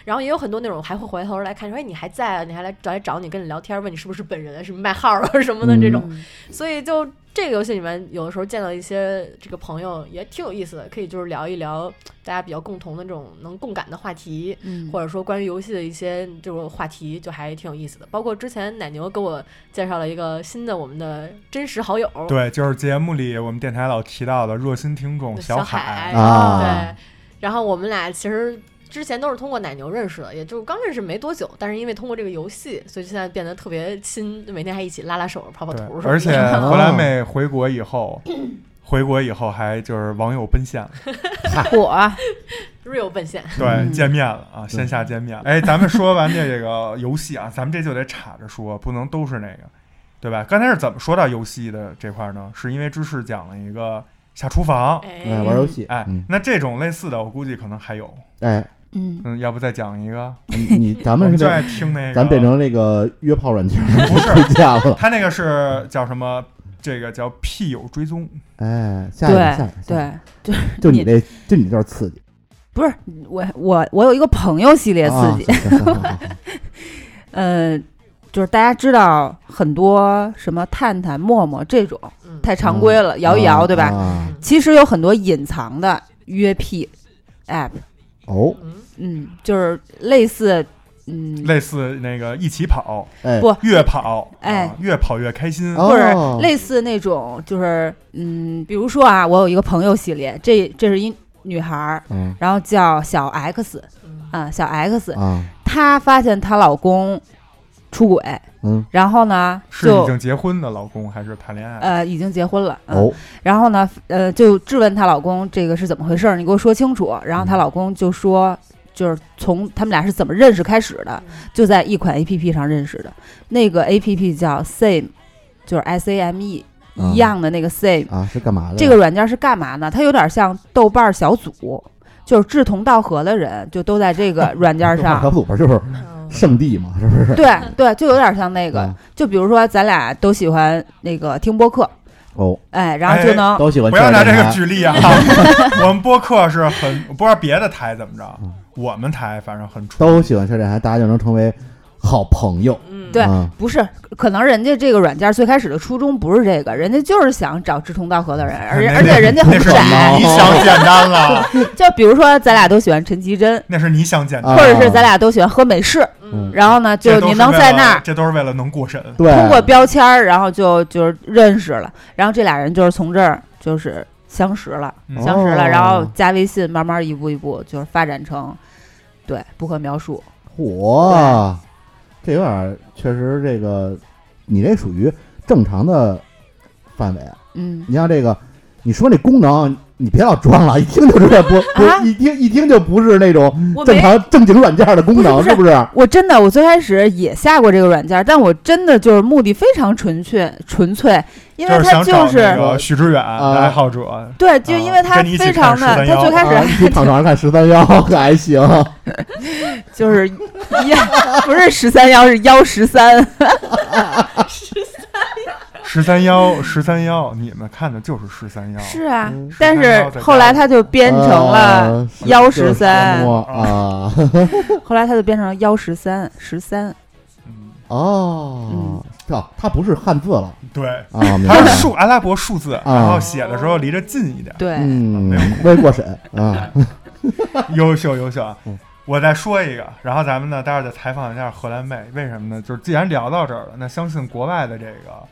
然后也有很多那种还会回头来看说，哎，你还在啊？你还来找来找你跟你聊天，问你是不是本人，是不是卖号了 [laughs] 什么的这种。
嗯
所以就这个游戏里面，有的时候见到一些这个朋友也挺有意思的，可以就是聊一聊大家比较共同的这种能共感的话题。
嗯
或者说关于游戏的一些这种话题，就还挺有意思的。包括之前奶牛给我介绍了一个新的我们的真实好友，
对，就是节目里我们电台老提到的热心听众
小
海，
啊
对，然后我们俩其实。之前都是通过奶牛认识的，也就刚认识没多久，但是因为通过这个游戏，所以现在变得特别亲，每天还一起拉拉手、跑跑
对
图，什么的。
而且荷兰妹回国以后，回国以后还就是网友奔现了，
嗯我
[laughs] real 奔
哦
现，
嗯
对，见面了啊，线下见面了。哎，咱们说完这个游戏啊，咱们这就得岔着说，不能都是那个，对吧？刚才是怎么说到游戏的这块呢？是因为芝士讲了一个下厨房，
哎，
哎，玩游戏，
哎
嗯，
那这种类似的我估计可能还有，
哎，
嗯，
嗯，要不再讲一个？
你你咱
我
们
们
是
就爱
这，
听那个，
咱变成那个约炮软件
不是
推荐了，
他那个是叫什么？这个叫屁友追踪，
哎，下一个，下
对
一个，下一
对
个，，就你
你
那，就你这儿刺激，
不是我我我有一个朋友系列刺激，
[laughs] 啊行行行好好好
呃，就是大家知道很多什么探探、陌陌这种
嗯
太常规了，摇一摇，对吧？
啊
其实有很多隐藏的约 P app，
哦，
嗯，
嗯，就是类似，嗯，
类似那个一起跑、
哎，
不
越跑，
哎
啊越跑越开心。
哦
或者类似那种，就是嗯，比如说啊，我有一个朋友系列，这这是一女孩儿，
嗯
然后叫小 X
嗯
啊、小 X，
啊，
她发现她老公出轨，
嗯，
然后呢
是已
就
经结婚的老公还是谈恋爱？
呃已经结婚了，嗯
哎哦，
然后呢呃就质问她老公这个是怎么回事儿，你给我说清楚。然后她老公就说。就是从他们俩是怎么认识开始的，就在一款 A P P 上认识的。那个 A P P 叫 Same，就是 S A M E
嗯
一样的那个 Same，
啊，是干嘛的？
这个软件是干嘛呢？它有点像豆瓣儿小组，就是志同道合的人就都在这
[laughs]
个软件
小
上。
组不是就是
嗯
圣地嘛，是不是？
对对，就有点像那个
啊，
就比如说咱俩都喜欢那个听播客，
哦，
哎，然后就能
都喜欢
不要拿这
电
个
台
举例啊！我们播客是很不知道别的台怎么着
嗯，
我们台反正很纯。
都喜欢吃电台，大家就能成为好朋友。
嗯，
对
啊
不是，可能人家这个软件最开始的初衷不是这个，人家就是想找志同道合的
[laughs]
人，而且
那
而且人家
那
很
那是
窄
你，想简单了，
就比如说咱俩都喜欢陈绮贞，
那是你想简单。
或者是咱
啊
俩都喜欢喝美式，
嗯，
然后呢，哦就
啊这都
你
是
能
为
在
了
那儿
这都是为了能过审。
对，
通过标签儿，然后就就是认识了，然后这俩人就是从这儿就是相识了，
嗯
相识了，
哦
然后加微信，慢慢一步一步就是发展成，对，不可描述。
嚯，这有点儿确实，这个你这属于正常的范围。啊
嗯，
你像这个，你说那功能，你别老装了，一听就知道不不，
啊
一听一听就不是那种
我
正
没
常正经软件的功能，
不是
是不是？
我真的，我最开始也下过这个软件，但我真的就是目的非常纯粹，纯粹，因为
是
它
想
就
找
是
那个许知远的爱好者，
对，就因为它
跟你一起
非常的，
看13
它最开
啊
始
一起躺床上看十三幺还行，
[laughs] 就是幺，不是十三幺，是幺十三，
哦十三幺十三幺，你们看的就是十三幺。
是啊
嗯，
但是
13
后来它就编成了。
啊
幺十三
就是沙漠啊，
[laughs] 后来它就变成了幺十三十三，
嗯，
哦，啊，它不是汉字了
对，
啊，明白
它
了
是数阿拉伯数字，
啊
然后写的时候离着近一点。
对，
嗯
没有，
未过审啊，
[laughs] 优秀优秀啊
嗯！
我再说一个，然后咱们呢，待会儿再采访一下荷兰妹，为什么呢？就是既然聊到这儿了，那相信国外的这个，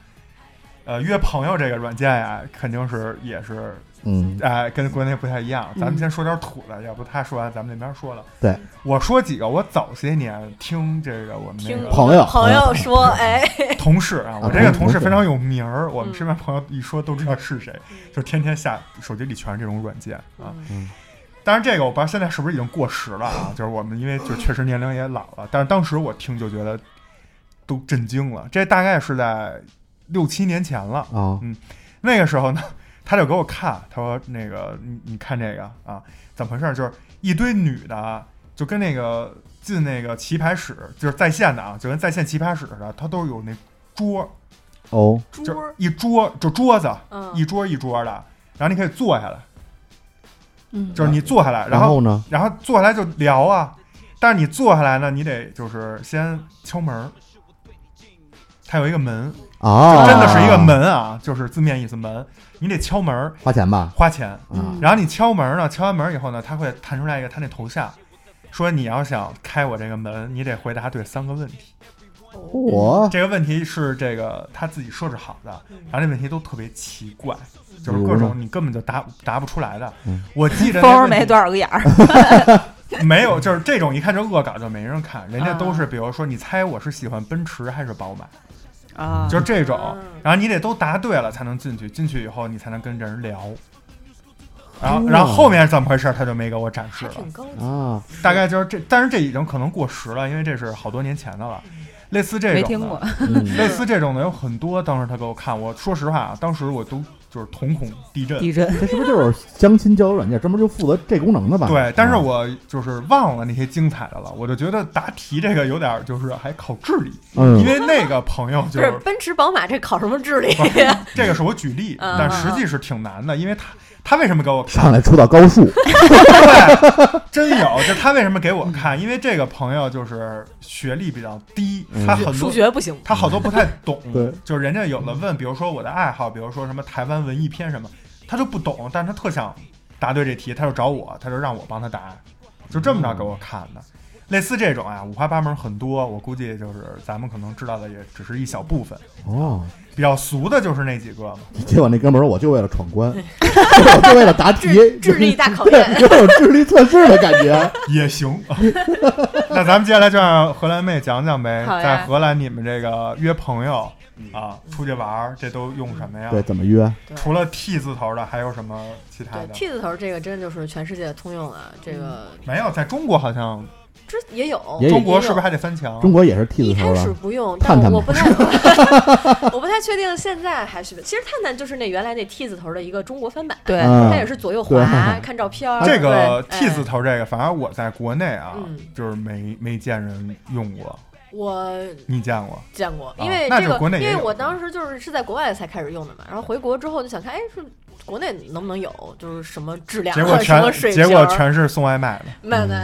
呃，约朋友这个软件呀，肯定是也是，
嗯，
哎，跟国内不太一样。咱们
嗯
先说点土的，要不他说完，咱们那边说了。
对，
我说几个，我早些年听这个我们那
听
个
朋友
朋友说，哎，
同事啊，我
啊
这个
同
同
事
事非常有名儿，我们
嗯
身边朋友一说都知道是谁，就天天下手机里全是这种软件啊。当然，这个我不知道现在是不是已经过时了 [laughs] 啊，就是我们因为就确实年龄也老了，但是当时我听就觉得都震惊了。这大概是在六七年前了，
啊，
那个时候呢， [laughs] 他就给我看，他说那个你你看这个啊，怎么回事？就是一堆女的啊，就跟那个进那个棋牌室，就是在线的啊，就跟在线棋牌室似的，它都有那桌，
哦，
就
桌，
一桌就桌子，
嗯，
一桌一桌的，然后你可以坐下来，
嗯，
就是你坐下来，然
然
后
后呢？
然后坐下来就聊啊，但是你坐下来呢，你得就是先敲门儿，它有一个门，
啊，
真的是一个，门啊，就是字面意思门，你得敲门儿
哦花钱吧？
花钱，
啊，
然后你敲门呢，敲完门以后呢，他会弹出来一个他那头像，说你要想开我这个门，你得回答对三个问题。
我
这个问题是这个他自己设置好的，
嗯
然后这问题都特别奇怪，就是
比
各
如呢
种你根本就答答不出来的
嗯。
我记着
蜂
那
儿
问题
没多少个眼
[laughs]
儿，
没有，就是这种一看就恶搞，就没人看。人家都是比如说你猜我是喜欢奔驰还是宝马，
啊
就是这种，然后你得都答对了才能进去，进去以后你才能跟这人聊。
哦
然后，然后后面是怎么回事他就没给我展示
还
了。
挺高级，
啊，
大概就是这，但是这已经可能过时了，因为这是好多年前的了。类似这
嗯
种
没
的
听过，
嗯
类似这种的有很多。当时他给我看，我说实话啊，当时我都就是瞳孔地震。
地震
[laughs]
这是不是就是相亲交友软件专门就负责这功能的吧？
对，但是我就是忘了那些精彩的了，我就觉得答题这个有点儿就是还考智力，
嗯
因为那个朋友
[laughs]
就
不是
是
奔驰、宝马，这考什么智力？
[laughs]
不是
嗯
这个是我举例，
嗯
但实际是挺难的，因为他他为什么给我看
[laughs] 上？来出道高
[laughs]
数，，
对，真有，就他为什么给我看？因为这个朋友就是学历比较低，他很多
[laughs] 数学不行，
他好多不太懂
对，
就是人家有的问，比如说我的爱好，比如说什么台湾文艺片什么，他就不懂，但是他特想答对这题，他就找我，他就让我帮他答，就这么着给我看的。类似这种啊，五花八门很多，我估计就是咱们可能知道的也只是一小部分，
哦，
比较俗的就是那几个
[laughs]
嘛。
结果那哥们儿我就为了闯
[laughs]
关，我就为了答题，
智智力大考验，
对， [laughs] 有种智力测试的感
[laughs]
觉。
也行。那咱们接下来就让荷兰妹讲讲呗，
好呀
在荷兰你们这个约朋友啊，出去玩儿这都用什么呀？
对，怎么约？
除了 T 字头的，还有什么其他 [laughs]
对
的？
T 字头这个真的就是全世界通用了，这个
没有，在中国好像，
之也有，
嗯也有
中国是不是还得翻墙？
中国也是 T
一
字
开
头
始
的，
不用，
探
但
探
我不
吧 [laughs]
太，我不太确定现在还是不。其实探探就是那原来那 T 字头的一个中国翻版，
对，
嗯
它也是左右
对
滑看照片儿。
这个
啊对
T 字，
哎
头这个，反正我在国内啊，
嗯
就是没没见人用过，
我
你见过？
见过，
啊
因为
那
这
就
个
国内，也
因为
有
我当时就是是在国外才开始用的嘛，然后回国之后就想看，哎，是国内能不能有，就是什么质量
结果
啊，什么
全
水平
结
儿，
果全是送外
[laughs]
卖的，
没有没有，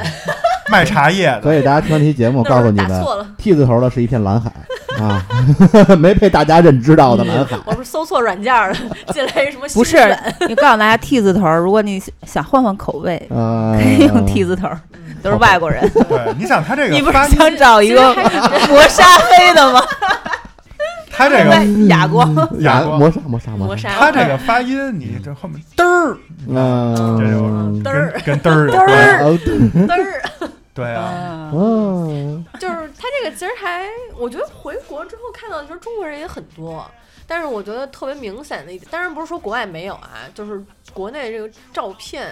卖茶叶的。
所以大家听完这期节
[laughs]
目，
那
嗯告
会
诉
儿
你
打
们
错了，
，T 字头的是一片蓝海
[laughs]
啊， [laughs] 没被大家认知到的蓝海。
我不是搜错软件儿了，进来一什么
不是
新软，
你告诉大家 T 字头儿，如果你想换换口味，
嗯
呃，
哎
[laughs]
可以 [laughs] 用 T 字头儿，都是外国人。
对，你想他这
你不
个
是
发，
想找一个
[laughs]
磨砂黑的吗？
他这
在
个
哑光，
哑
呀，啊
光
磨砂磨砂
磨
砂，
砂，
他这个发音，你这后面嘚儿
嗯，
这就
嘚儿
跟跟嘚儿有
嘚
关
儿
哦
[laughs] 嘚
对
儿。
对啊，
哦，
就是他这个其实还，我觉得回国之后看到的时候，中国人也很多。但是我觉得特别明显的一点，当然不是说国外没有啊，就是国内这个照片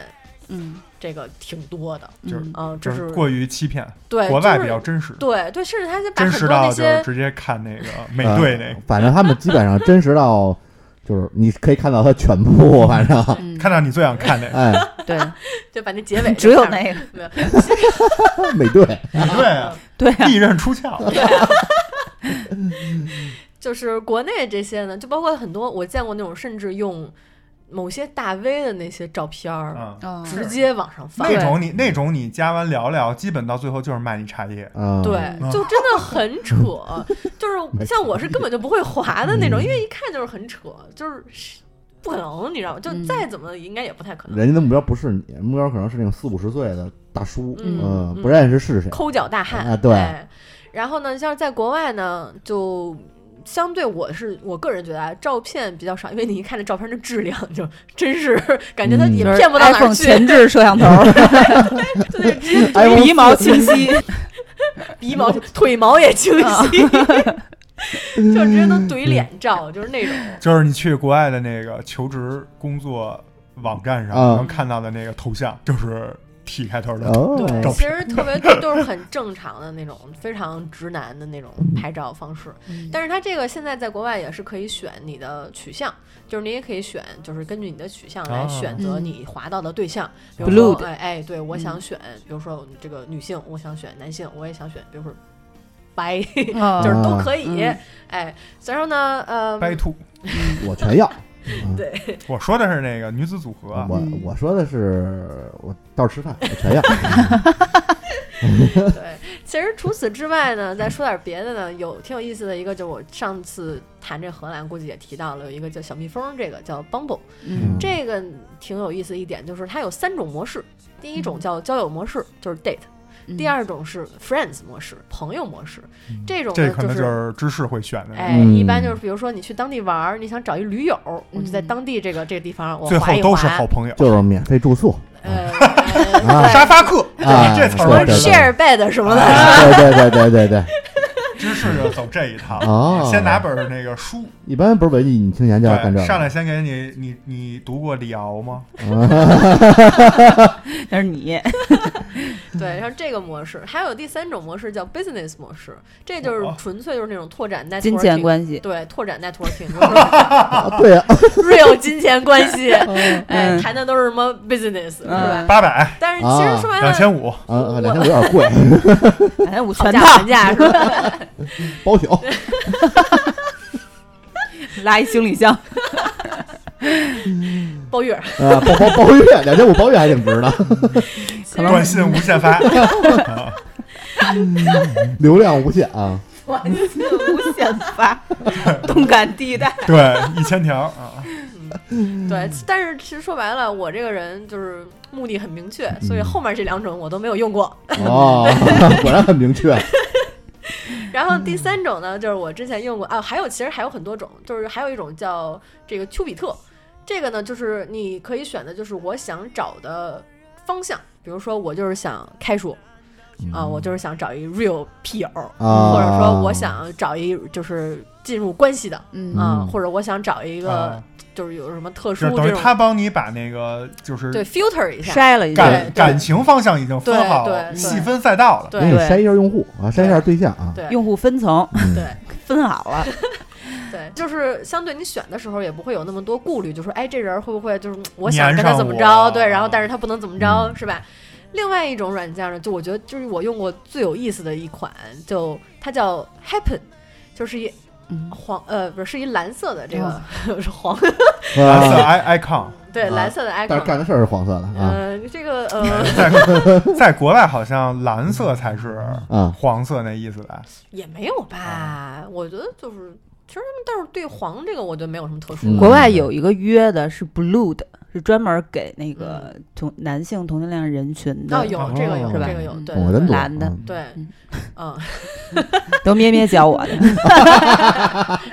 嗯，
这个挺多的，
就是
嗯，
就
就是是
过于欺骗，
对，
国外比
就
较
是
真实，
对对，甚至他就把
真
很
实
多那
到就是
些
直接看那个美队那个
呃，反正他们基本上真实到，就是你可以看到他全部，反正，
嗯
看到你最想看那个
哎，
对，
就把那结
[laughs]
尾
只有那个，
没有，
美
[laughs]
队，
嗯
[laughs] 美队啊，
[laughs] 对啊，
利刃出鞘，
就是国内这些呢，就包括很多我见过那种甚至用某些大 V 的那些照片儿，
嗯，
哦
直接往上发，
那种你那种你加完聊聊，基本到最后就是卖你茶叶，
啊，
对，就真的很扯，就是像我是根本就不会滑的那种，
嗯
因为一看就是很扯，就是不可能，你知道吗？就
嗯
再怎么应该也不太可能。
人家的目标不是你，目标可能是那种四五十岁的大叔，
嗯
呃
嗯
不认识是谁，
抠脚大汉
啊对
哎然后呢，像是在国外呢，就相对我是我个人觉得啊，照片比较少，因为你一看这照片的质量，就真是 [laughs] 感觉它
嗯
也
就是
骗不到哪儿
iPhone
去，
前置摄像头，
就那直接
iPhone
鼻毛清晰，
鼻毛、腿毛也清晰， [laughs] 就直接能怼脸照，就是那种。
就是你去国外的那个求职工作网站上
啊
能看到的那个头像，就是 T 开头的。
哦，
照
其实特别都是很正常的那种，非常直男的那种拍照方式。
[laughs]
但是它这个现在在国外也是可以选你的取向，就是你也可以选，就是根据你的取向来
啊
选择
嗯
你滑到的对象。比如说，
Blued
哎哎，对我
嗯
想选，比如说这个女性，我想选男性，我也想选，比如说白，
嗯
就是都可以。
嗯
哎，然后呢，呃，
啊白兔，
我全要。
我说的是那个女子组合，啊
我
嗯
我说的是我到时候吃饭，我全要。 [laughs]
[laughs] 对，其实除此之外呢，再说点别的呢，有挺有意思的一个，就我上次谈这荷兰，估计也提到了，有一个叫小蜜蜂，这个叫 Bumble，
嗯
这个挺有意思一点，就是它有三种模式，第一
嗯
种叫交友模式，就是 date。
嗯
第二种是 friends 模式，朋友模式，这种
嗯这
呢
可
就，
能就是是芝士会选的那个。
哎，
嗯
一般就是比如说你去当地玩儿，你想找一驴友，我就在
嗯
当地这个这个地方我
最
划
后
一
都是
划
好朋友，
就是免费住宿
呃，
[laughs]
啊
[laughs] 呃
沙发客，
啊，
这
对
词
什
儿
么
我
对啊
知道
share bed 什么的，
对对对对对对，
芝士就走
[laughs]
这一套。
哦
先拿本儿那个书，
一般不是文艺女青 [laughs] 年就要干这
对，
个，
上来先给你，你你读过李敖吗？
那是你，
对，然后这个模式，还有第三种模式叫 business 模式，这就是
哦
纯粹就是那种拓展 networking，
金钱关系，
对，拓展 networking，就
啊对呀，
是 real 金钱关系，哎，
嗯
谈的都是什么 business，是吧？
嗯，
八百、
但是其实说白
两
了，
千五，
啊，两千五有点贵，
反哎正我
讨
全
价
套
还
[laughs]
价是吧？
包宿。
拉一行李
[laughs]
箱，
包月儿，
啊，包包包月，两千五包月还挺值的，
可能
短信无
[laughs]
限发，啊
流量无限啊！
短信无限 [laughs] 发，动感地带，
对，一千条啊，
对。但是其实说白了，我这个人就是目的很明确，
嗯
所以后面这两种我都没有用过。
哦，果然很明确。
然后第三种呢，就是我之前用过啊，还有其实还有很多种，就是还有一种叫这个丘比特，这个呢就是你可以选的，就是我想找的方向，比如说我就是想开书啊，我就是想找一 real 屁友，
嗯啊
或者说我想找一就是进入关系的
嗯
啊
嗯，
或者我想找一个
啊
就是有什么特殊
就是等
这
于
种
他帮你把那个就是
对 filter 一
啊
嗯
下，
筛了一下，
感
对
感情方向已经分好
对对，对
细分赛道了。
给你
对
筛一下用户啊，筛一下对象啊。嗯
对
用户分层
对。
分好了，
对，就是相对你选的时候也不会有那么多顾虑，就说哎，这人会不会就是我
粘
想跟他
上
怎么
我
啊
着？对，然后但是他不能怎么
嗯
着，是吧？另外一种软件呢，就我觉得就是我用过最有意思的一款，就它叫 Happen，就是一
嗯
黄呃不是是一蓝色的这个、
哦
[laughs] 是黄
蓝色
啊，
i icon
对
啊
蓝色的
[laughs] 但是
icon，、
干的事儿是黄色的啊
呃这个
[laughs]
呃
在在国外好像蓝色才是
嗯
啊！
黄色那意思吧？
也没有吧，啊我觉得就是其实他们倒是对黄这个我觉得没有什么特殊
嗯
的，
国外有一个约的是 Blue 的，是专门给那个
嗯
同男性同性恋人群
哦
的，
有这个有
哦
这
是吧
个有，对
我
对
真多
蓝的
嗯
对
嗯，
嗯。
都咩咩教我
[laughs]
的，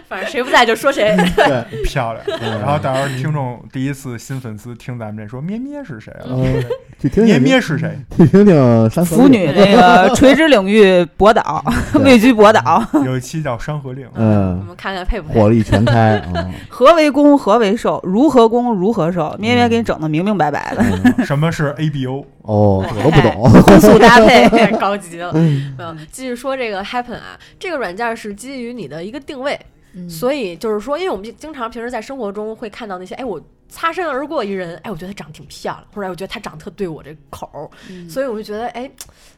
反正谁不在就说谁。
对，
漂亮。
嗯
然后到时候听众第一次新粉丝听咱们这说咩咩是谁了？
嗯，去听
咩
听
咩是谁？
去听听山河
腐女那
[laughs]
个垂直领域博导， [laughs] 位居博导，
嗯
有一期叫《山河令》，
[laughs] 我
嗯，
们看看配不 [laughs]
火
配。。
力全开啊！
何为攻，何为受，如何攻，如何受，咩咩给你整的明明白白的，
嗯
什么是 ABO？
哦，我都不懂。
[laughs] 荤素搭配
[laughs]
太高级了，
嗯
没有继续说这个 Happen 啊，这个软件是基于你的一个定位，所以就是说，因为我们经常平时在生活中会看到那些，哎，我擦身而过一人，哎，我觉得他长得挺漂亮，或者哎我觉得他长得特对我这口儿，所以我就觉得，哎，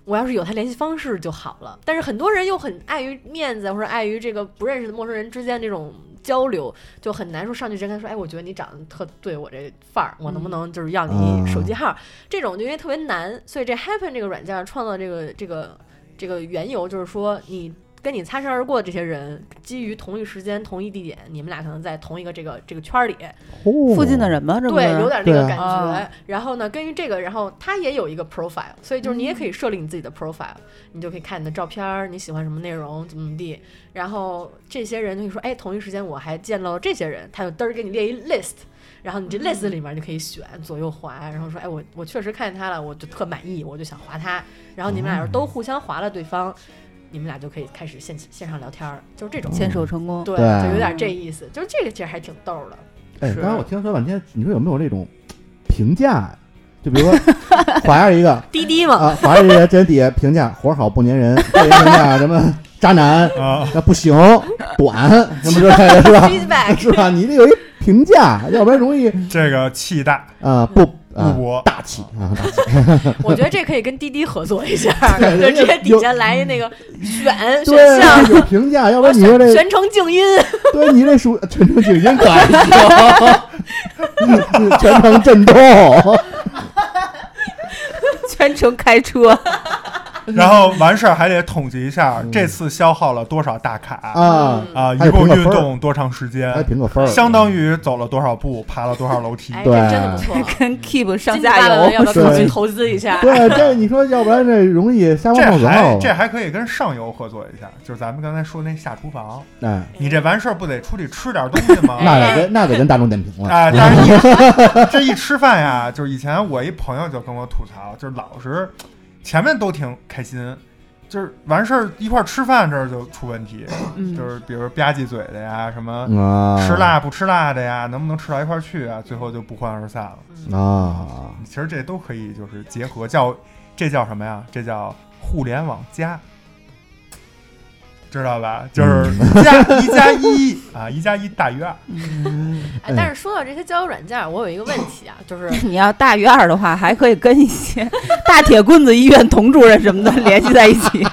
我要是有他联系方式就好了。但是很多人又很碍于面子，或者碍于这个不认识的陌生人之间这种交流，就很难说上去直接跟他说，哎，我觉得你长得特对我这范儿，我能不能就是要你手机号？这种就因为特别难，所以这 Happen 这个软件创造这个这个这个缘由就是说，你跟你擦身而过的这些人，基于同一时间、同一地点，你们俩可能在同一个这个这个圈儿里，
附近的人吗？这不
对，
是
有点那个
对
感觉。
啊
然后呢，根据这个，然后他也有一个 profile，所以就是你也可以设立你自己的 profile，、你就可以看你的照片儿，你喜欢什么内容，怎么怎么地。然后这些人就会说，哎，同一时间我还见到了这些人，他就嘚儿给你列一 list。然后你这 list 里面就可以选左右滑，然后说，哎，我我确实看见他了，我就特满意，我就想滑他。然后你们俩要是都互相滑了对方，你们俩就可以开始线线上聊天儿，就是这种。
牵手成功，
对，
对
就有点这意思，就是这个其实还挺逗儿的。
哎，
是
刚才我听说半天，你说有没有那种评价呀？就比如说 [laughs] 划着一个
滴滴嘛，
[laughs] 啊，划着一个这人底下评价活儿好不粘人，这人评价什么渣男，
啊，
那不行，短什么之类的，是吧？
feedback
是吧？你得有一评价，要不然容易
这个气大
啊不
误
啊
国，
大气啊大气。 [laughs]
我觉得这可以跟滴滴合作一下，就
对
直接
人家有嗯
底下来那个选选项，
对，有评价，要不然你说
选
这，
全程静音，
对你这属全程静音可还行，全程震动，
全程开车，
然后完事儿还得统计一下
嗯
这次消耗了多少大卡
啊，
啊，
还
一
有
共
评个
运
分儿
动多长时
还
间，
评个分儿，
相当于走了多少步，爬了多少楼梯
哎，。这
对
真的不错。 [laughs]
跟 Keep 上
金主爸
下
爸们
游
要不要考
嗯是
虑投资一下？
对这你说，要不然这容易瞎猫碰
这
死耗
还
子
这还可以跟上游合作一下，就是咱们刚才说那下厨房，
哎，
你这完事儿不得出去吃点东西吗？
[laughs] 那得
哎
跟那得跟大众点评了，
啊，但是一
[laughs]
这一吃饭呀，就是以前我一朋友就跟我吐槽，就是老是前面都挺开心，就是完事儿一块儿吃饭这儿就出问题，就是比如吧唧嘴的呀，什么
啊，
吃辣不吃辣的呀，能不能吃到一块儿去啊？最后就不欢而散了。
啊，
其实这都可以，就是结合叫这叫什么呀？这叫互联网加。知道吧？就是一加一加一啊，一加一大于二。
哎，但是说到这些交友软件，我有一个问题啊，
[laughs]
就是
你要大于二的话，还可以跟一些大铁棍子医院童主任什
[laughs]
么的联系在一起。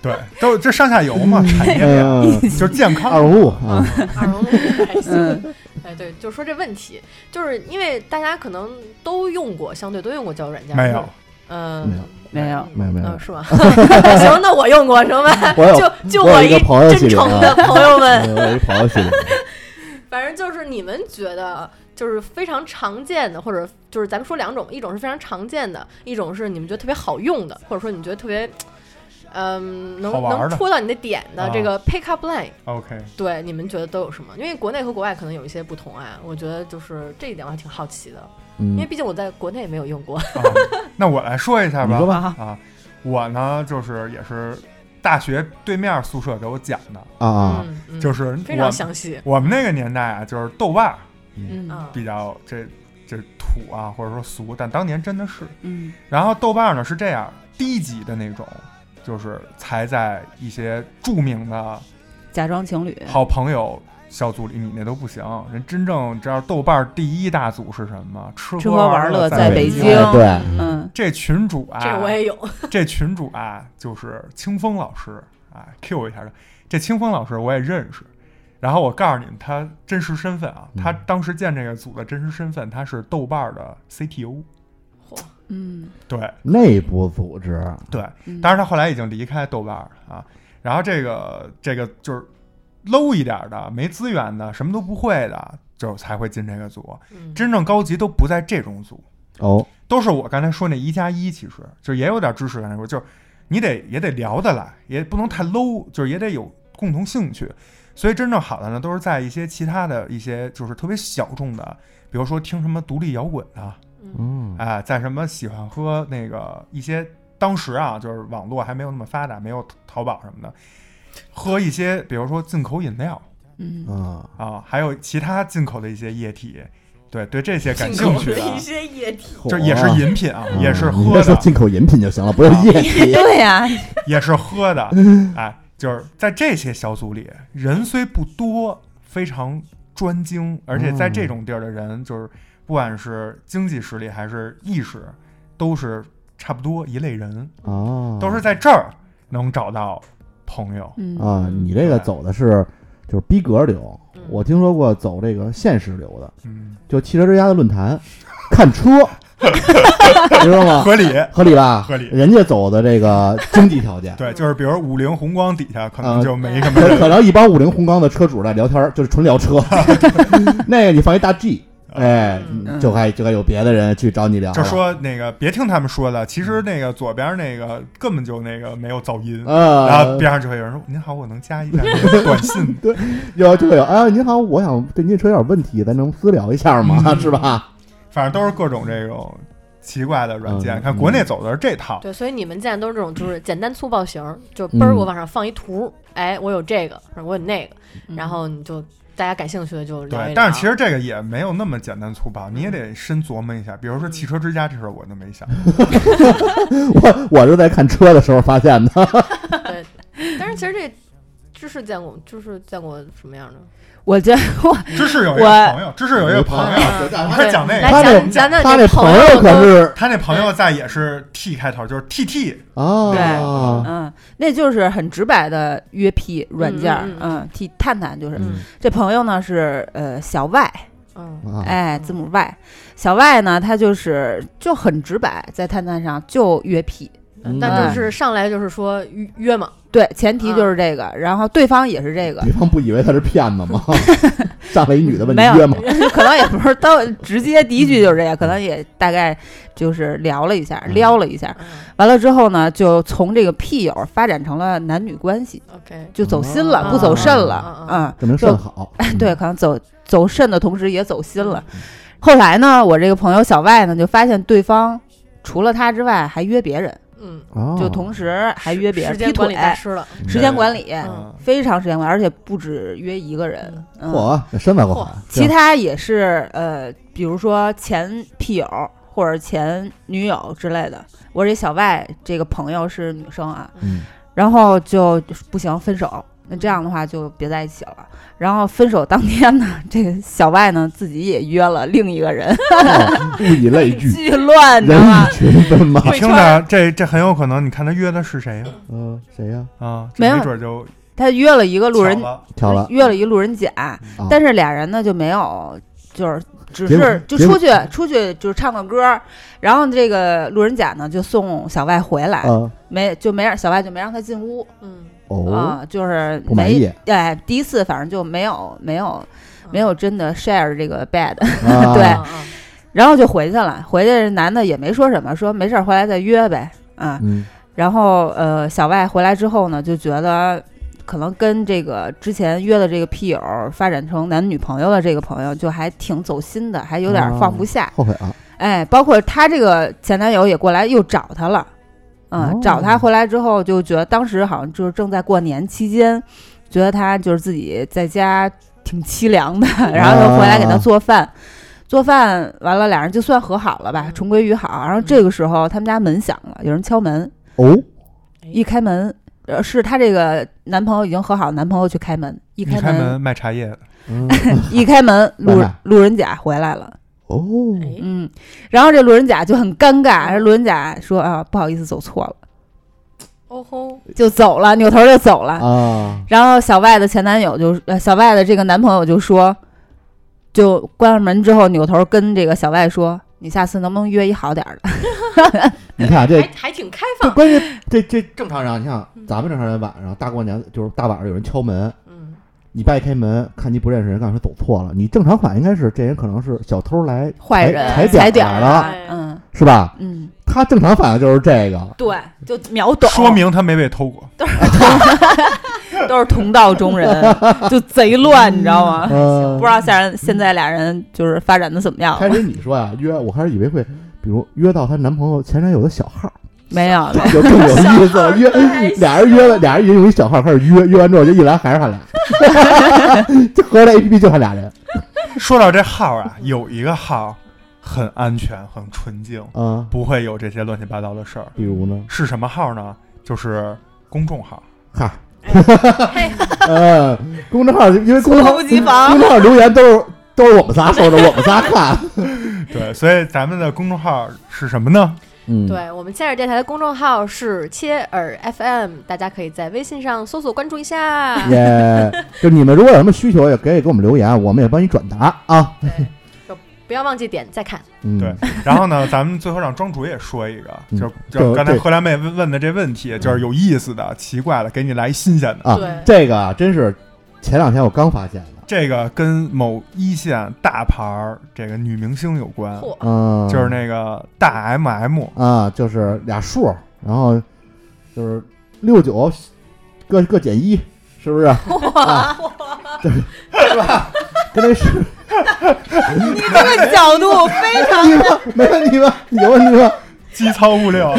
对，都这上下游嘛，产
哎
业链。
嗯，
就是健
二
康。
五五啊，
二龙路还行。
嗯，
哎，对，就说这问题，就是因为大家可能都用过，相对都用过交友软件，
没有，
嗯
没有，
没有，
没有没有
嗯，是吗？ [laughs] 行，那我用过，行吧？
我有
就就
我有一
一
个朋友
真
系列
诚
啊
的朋友们，
我有一朋友系列，
反正就是你们觉得就是非常常见的，或者就是咱们说两种，一种是非常常见的，一种是你们觉得特别好用的，或者说你觉得特别，嗯，能
好玩
能
的
戳到你的点的
啊
这个 pick up line，、
OK，
对，你们觉得都有什么？因为国内和国外可能有一些不同啊，我觉得就是这一点我还挺好奇的，因为
嗯，
毕竟我在国内没有用过，
啊那我来说一下
你
吧
说。吧
好，
啊，我呢就是也是大学对面宿舍给我讲的，
啊啊，
嗯，嗯
就是
非
我
常详细，
我们那个年代啊，就是豆瓣儿
嗯
啊，
比较这这土啊，或者说俗，但当年真的是。
嗯，
然后豆瓣儿呢是这样，低级的那种，就是才在一些著名的
假装情侣，
好朋友小组里，你那都不行。人真正知道豆瓣儿第一大组是什么？吃
吃
喝
喝
玩
玩乐在
北
北
京
京，
哎对
嗯，
这群主啊，
这个我也有，
[laughs] 这群主啊，就是清风老师啊，Q 一下他。这清风老师我也认识，然后我告诉你们他真实身份啊，
嗯
他当时建这个组的真实身份，他是豆瓣的 CTO。
嗯，
对
内部组织，
对，
嗯
当然他后来已经离开豆瓣了啊。然后这个这个就是 low 一点的，没资源的，什么都不会的，就才会进这个组。
嗯
真正高级都不在这种组，
哦，
都是我刚才说那一加一，其实就也有点知识感来说，就是你得也得聊得来，也不能太 low，就是也得有共同兴趣。所以真正好的呢，都是在一些其他的一些就是特别小众的，比如说听什么独立摇滚啊的，
嗯
哎、在什么喜欢喝那个一些当时啊，就是网络还没有那么发达，没有淘宝什么的，喝一些比如说进口饮料
嗯，
啊，
啊，还有其他进口的一些液体，对对这些感
进
兴
口
趣啊
的
的
一。些液体，
这也是饮品啊，也是
哦嗯你
喝
别
的。
说进口饮品就行了，不是液
[laughs]
体，
对呀，
也是喝
[laughs]
的，哎，就是在这些小组里，人虽不多，非常专精，而且在这
嗯
种地儿的人，就是不管是经济实力还是意识，都是差不多一类人，
啊，
都是在这儿能找到朋友。
嗯，
啊，你这个走的是就是逼格流，
嗯
我听说过走这个现实流的，
嗯， [laughs]
就汽车之家的论坛，看车你知道吗？
合理。
合理吧？
合理
人家走的这个经济条件，
对，就是比如五菱宏光底下可能
啊
就没什么
可
人
可能一帮五菱宏光的车主在聊天儿，就是纯聊车。那个你放一大 G，哎，
嗯
就该就该有别的人去找你聊了。
啊就说那个别听他们说的，其实那个左边那个根本就那个没有噪音，
呃，
然后边上就会有人说：“您好，我能加一下您的短信
有就会有啊，您好，我想对您的车有点问题，咱能私聊一下吗？[laughs]
嗯
是吧？？”
反正都是各种这种奇怪的软件。
嗯
看国内走的是这套，
对，所以你们见的都是这种，就是简单粗暴型儿，就嘣儿
嗯
我往上放一图，哎，我有这个，我有那个，然后你就大家感兴趣的就聊一
嗯
啊
对
聊。，
但是其实这个也没有那么简单粗暴，你也得深琢磨一下。比如说汽车之家这事儿，我就 [laughs] 没想。
我我是在看车的时候发现的。
但是其实这知识见过，就是见过什么样的？
我这我
知识有一个
我
朋友，知识有一个 [laughs] 朋友，你快讲那
来
个。
他
讲讲讲
那他
这
那
朋
朋友可
都
是
他那朋友在也是 T 开头，就是 TT，
啊，
嗯，那就是很直白的约 P 软件儿
嗯，嗯
嗯，替探探就是
嗯
这朋友呢是呃小 Y，
嗯
啊
哎，字母 Y，小 Y 呢他就是就很直白，在探探上就约 P，
嗯
但就是上来就是说约约嘛，
对，前提就是这个，然后对方也是这个
对，方不以为他是骗子吗？上来一女的问你
没有
约吗？
[laughs] 可能也不是到直接第一句就是这样，可能也大概就是聊了一下，
嗯
撩了一下，
嗯
完了之后呢，就从这个屁友发展成了男女关系，
，OK，
就走心
哦
了，不走肾
哦
了
哦，
嗯，
证明
就
甚好。
[clears throat]
对，可能走走肾的同时也走心了。后来呢，我这个朋友小外呢，就发现对方除了他之外还约别人，
嗯，
啊，
就同时还约别
时
人
间
劈
管
腿
理，大师了，
时间管理
嗯
非常时间管理，而且不止约一个人。嗯，
嚯，这身材够好。
其他也是呃，比如说前屁友或者前女友之类的。我这小外这个朋友是女生啊，
嗯
然后就不行分手。那这样的话就别在一起了。然后分手当天呢，这个小外呢自己也约了另一个人， [laughs]
哦 [laughs] 物以类聚，
巨乱，你知
人
道吗
以？群分嘛。
你听着，这这很有可能，你看他约的是谁呀？
嗯，谁呀？
啊，
没有
没准儿就
他约了一个路人
巧，了
巧了，嗯啊
约了一路人甲，但是俩人呢就没有，就是只是就出去出去就是唱个歌，然后这个路人甲呢就送小外回来，
啊，
没就没让小外就没让他进屋
嗯，
哦，
啊，就是
不满
没
意
哎第一次反正就没有没有没有真的 share 这个 bed，
啊
对
嗯，嗯
[laughs] 然后就回去了，回去这男的也没说什么，说没事儿回来再约呗，啊、
嗯，
然后呃，小外回来之后呢，就觉得可能跟这个之前约的这个屁友发展成男女朋友的这个朋友，就还挺走心的，还有点放不下。
后悔啊，
哎，包括她这个前男友也过来又找她了，嗯，
哦
找她回来之后就觉得当时好像就是正在过年期间，觉得她就是自己在家挺凄凉的，然后又回来给她做饭。做饭完了，俩人就算和好了吧，
嗯
重归于好。然后这个时候，他们家门响了，有人敲门。
哦，
一开门，呃，是她这个男朋友已经和好，男朋友去开门，一
你
开
开门卖茶叶的，
嗯
一开门，路
外卖
路人甲回来了，
哦，
哎，
嗯，然后这路人甲就很尴尬，这路人甲说啊，不好意思，走错了，
哦吼，
就走了，扭头就走了。
啊，
然后小外的前男友就，呃，小外的这个男朋友就说，就关上门之后，扭头跟这个小外说，你下次能不能约一好点儿的？
你看啊这
还
哎
还挺开
这
放，
关键这这正常人，你像
嗯
咱们正常人晚上大过年就是大晚上有人敲门，
嗯，
你半夜开门看你不认识人，告诉说走错了，你正常反应应该是这人可能是小偷来
坏人
踩
踩
点
点
儿
儿
了，
哎
嗯
是吧？
嗯，
他正常反应就是这个，
对，就秒懂，
说明他没被偷过。
都是同道中人，就贼乱，你知道
[laughs]
吗？[laughs]
嗯
不知道下人现在俩人就是发展的怎么样
开
了？
始你说呀约，我开始以为会，比如约到她男朋友前男友的小号，
没有，没有
[laughs] 就更有意思了。约
太
俩人约了，俩人也有一小号开始约，约完之后就一来还是他俩，
[laughs]
这合着 A P P 就他俩人
说到这号啊，有一个号很安全、很纯净，
啊。
不会有这些乱七八糟的事儿。
比如呢，
是什么号呢？就是公众号。
嗨，
嘿，
呃，公众号因为公众号
猝不及防
公众号留言都是都是我们仨收着，我们仨看。 [laughs]
对，所以咱们的公众号是什么呢？
嗯，
对我们切尔电台的公众号是切尔 FM，大家可以在微信上搜索关注一下。
也就你们如果有什么需求，也可以给我们留言，我们也帮你转达啊。
对，就不要忘记点再看。
嗯
对， [laughs] 然后呢，咱们最后让庄主也说一个，
嗯
就是就是
这
刚才
这
荷兰妹问问的这问题，就是有意思的、奇怪的，给你来新鲜的。
啊
对，
这个啊，真是前两天我刚发现的。
这个跟某一线大牌儿这个女明星有关，
嚯，
嗯，
就是那个大 MM，
啊，就是俩数，然后就是六九各各减一，是不是？啊，对，是吧？跟那是
这个角度非常
你吗？没问题吧？有问题吗？
基操
[laughs]
物料，
啊，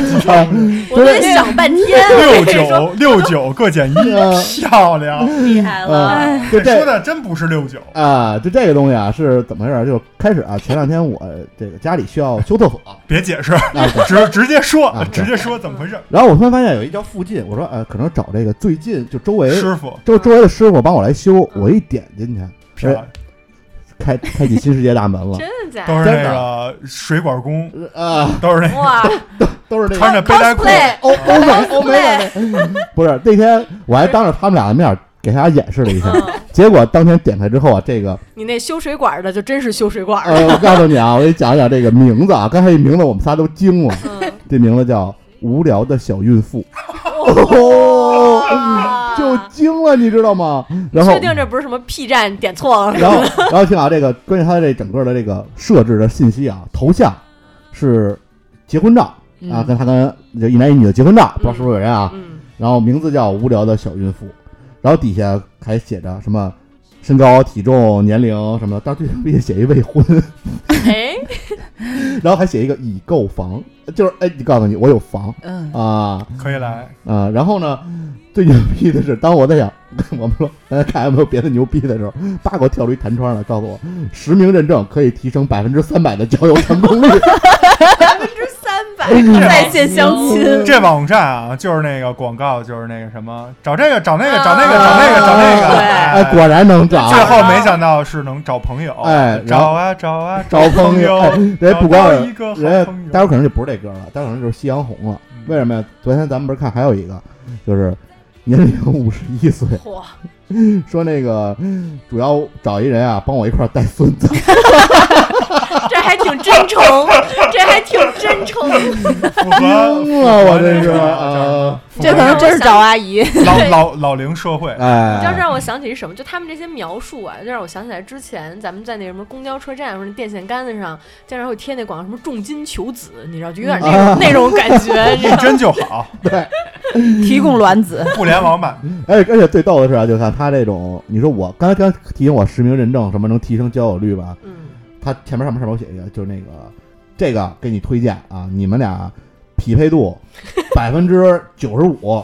我在想半天，
六九六九各减一，
嗯
漂亮！
厉害了，
啊，就
这
这
说的真不是六九，
啊，就这个东西啊，是怎么回事儿？就开始啊，前两天我呃这个家里需要修厕所，
别解释，
啊，对
直直接说
啊，对
直接说怎么回事？
然后我突然发现有一叫附近，我说呃，可能找这个最近就周围
师傅，
周周围的师傅帮我来修，我一点进去，
漂亮，
开开启新世界大门了
真的假
都
的？
是那个水管工，
啊，
[laughs] 都是那个
哇
都是这个
穿着背带裤，
，cosplay，[laughs]
欧欧美欧美的那，不是那天我还当着他们俩的面给大家演示了一下，
嗯，
结果当天点开之后啊，这个
你那修水管的就真是修水管的，
呃，我告诉你啊，我给你讲讲这个名字啊，刚才这名字我们仨都惊了，
嗯，
[laughs] 这名字叫无聊的小孕妇，哦，
哇
[laughs] 就惊了，你知道吗？然后
确。定这不是什么 P 站点错了？
然后，然后听好这个，关于他这整个的这个设置的信息啊，头像是结婚照啊，跟他跟这一男一女的结婚照，不知道是不是有人啊？
嗯，
然后名字叫无聊的小孕妇，然后底下还写着什么身高、体重、年龄什么的，但是最后也写一未婚， [laughs]
哎，
然后还写一个已购房，就是哎，你告诉你我有房
嗯，
啊
可以来。
啊，然后呢，最牛逼的是，当我在想我们说咱看有没有别的牛逼的时候，八给我跳出一弹窗来，告诉我实名认证可以提升百分之三百的交友成功率，
三百个在线相亲，
嗯
这网站啊，就是那个广告，就是那个什么，找这个，找那个，找那个，
啊
找那个，找那个。
对
哎，果然能找。
最后没想到是能找朋友，
哎然
找
后
啊 [laughs] 找啊
找朋友，哎
友，
人家不光
找到一
是
个好
人家
朋友，
待会儿可能就不是这歌了，待会儿可能就是夕阳红了。
嗯
为什么呀？昨天咱们不是看还有一个，就是年龄五十一岁， [laughs]
嚯，
说那个主要找一人啊，帮我一块儿带孙子，
这还挺真诚，这还挺真诚，
嗯符合
惊了我这
这
是
个
啊，
这可能真是找阿姨，
[laughs]
老
对
老老龄社会，
你知啊道这
哎，
让我想起什么？就他们这些描述啊，就让我想起来之前咱们在那什么公交车站或者那电线杆子上，经常会贴那广告，什么重金求子，你知道，就有点那种、
啊
那种感
[laughs]
觉，你知
一
道吗
针就好，
提供卵子，
嗯
互联网版
而且而且最逗的是啊，就看他这种，你说我刚才刚提醒我实名认证什么能提升交友率吧，
嗯，
他前面上面上面有写一个，就是那个这个给你推荐啊，你们俩匹配
[laughs]
度百分之九十五。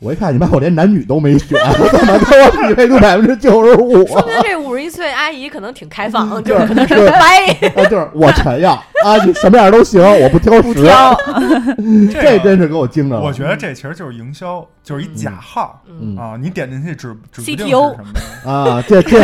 我一看你妈，我连男女都没选，我怎么跟我匹配度百分之九十五？
说明这五十一岁阿姨可能挺开放，
就
就是是
[laughs]
可能
就是是
掰。
啊，就是我全要啊，你什么样都行，我不挑食。 [laughs] 这
个
真是给我惊着了。
我觉得这其实就是营销，就是一假号
嗯，
啊，你点进去指指不定是
CTO
什么的
啊，这这，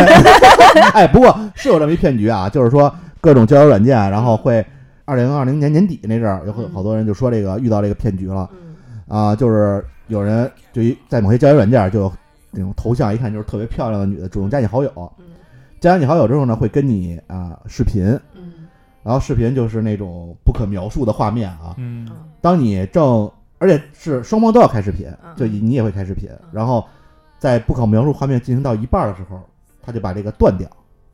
[laughs] 哎，不过是有这么一骗局啊，就是说各种交友软件，然后会二零二零年年底那阵儿，有好好多人就说这个遇到这个骗局了
嗯
啊，就是有人就一在某些交友软件就有那种头像一看就是特别漂亮的女的，主动加你好友，
嗯
加完你好友之后呢，会跟你啊视频，
嗯
然后视频就是那种不可描述的画面啊，
嗯，
当你正而且是双方都要开视频，
嗯
就你也会开视频，然后在不可描述画面进行到一半的时候，他就把这个断掉，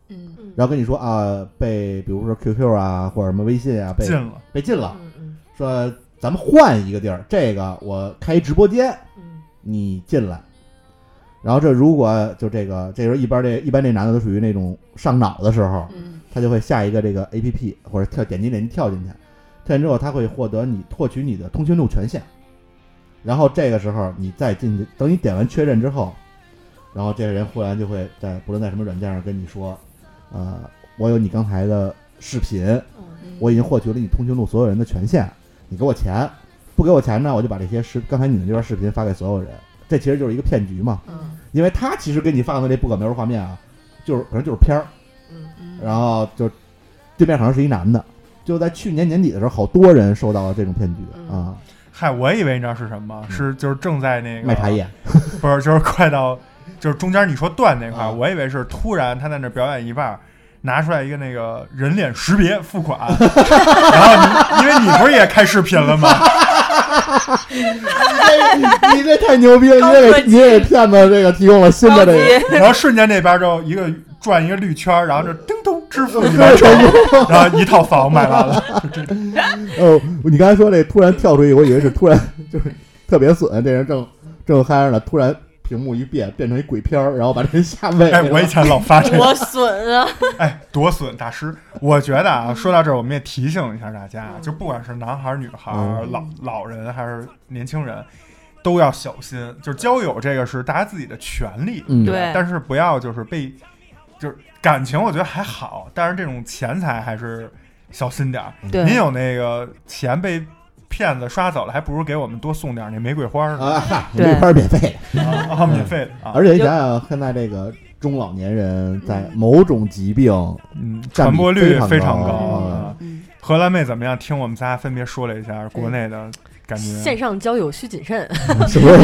嗯，
嗯，
然后跟你说啊，被比如说 QQ 啊或者什么微信啊被
进了，
被禁了，
嗯嗯
说咱们换一个地儿，这个我开一直播间，
嗯
你进来。然后这如果就这个，这时候一般这一般这男的都属于那种上脑的时候，
嗯
他就会下一个这个 A P P 或者跳点击链接跳进去，跳进之后他会获得你获取你的通讯录权限，然后这个时候你再进去，等你点完确认之后，然后这个人忽然就会在不论在什么软件上跟你说，呃，我有你刚才的视频，
嗯
我已经获取了你通讯录所有人的权限，你给我钱，不给我钱呢，我就把这些视刚才你们这段视频发给所有人，这其实就是一个骗局嘛，
嗯
因为他其实给你放的这不可描述画面啊，就是可能就是片儿。
嗯
然后就对面好像是一男的，就在去年年底的时候，好多人受到了这种骗局
嗯
啊，
嗨，我以为你知道是什么，是就是正在那个
嗯卖茶叶， [laughs]
不是，就是快到，就是中间你说断那块儿，
啊
我以为是突然他在那表演一半儿，拿出来一个那个人脸识别付款， [laughs] 然后你因为你不是也开视频了吗？
你这太牛逼了，你也给你也给骗子这个提供了新的这个，
然后瞬间那边就一个转一个绿圈儿，然后就叮咚支付一百成功，然后一套房买完了。
[laughs] 哦，你刚才说这突然跳出去，我以为是突然 [laughs] 就是特别损，这人正正嗨着呢，突然屏幕一变，变成一鬼片儿，然后把这人吓 [laughs] 喂
哎，
了。
我以前老发这个，
我损啊！
[laughs] 哎，多损大师！我觉得啊，说到这儿，我们也提醒一下大家，啊就不管是男孩儿、女孩儿、
嗯
老老人还是年轻人，都要小心。就是交友这个是大家自己的权利，
嗯，
对
但是不要就是被，就是感情，我觉得还好，但是这种钱财还是小心点儿。
对
您有那个钱被骗子刷走了，还不如给我们多送点儿那玫瑰花儿呢，
啊，嗨，
对
没法免费的。
啊啊，免费的啊，
而且你想想，现在这个中老年人在某种疾
[laughs]
病
嗯，
占
传
比
播率
非
非
常
常
高
高
嗯
啊。
嗯，
荷兰妹怎么样？听我们仨分别说了一下国内的感
线
觉。
上交友需谨慎，
是不是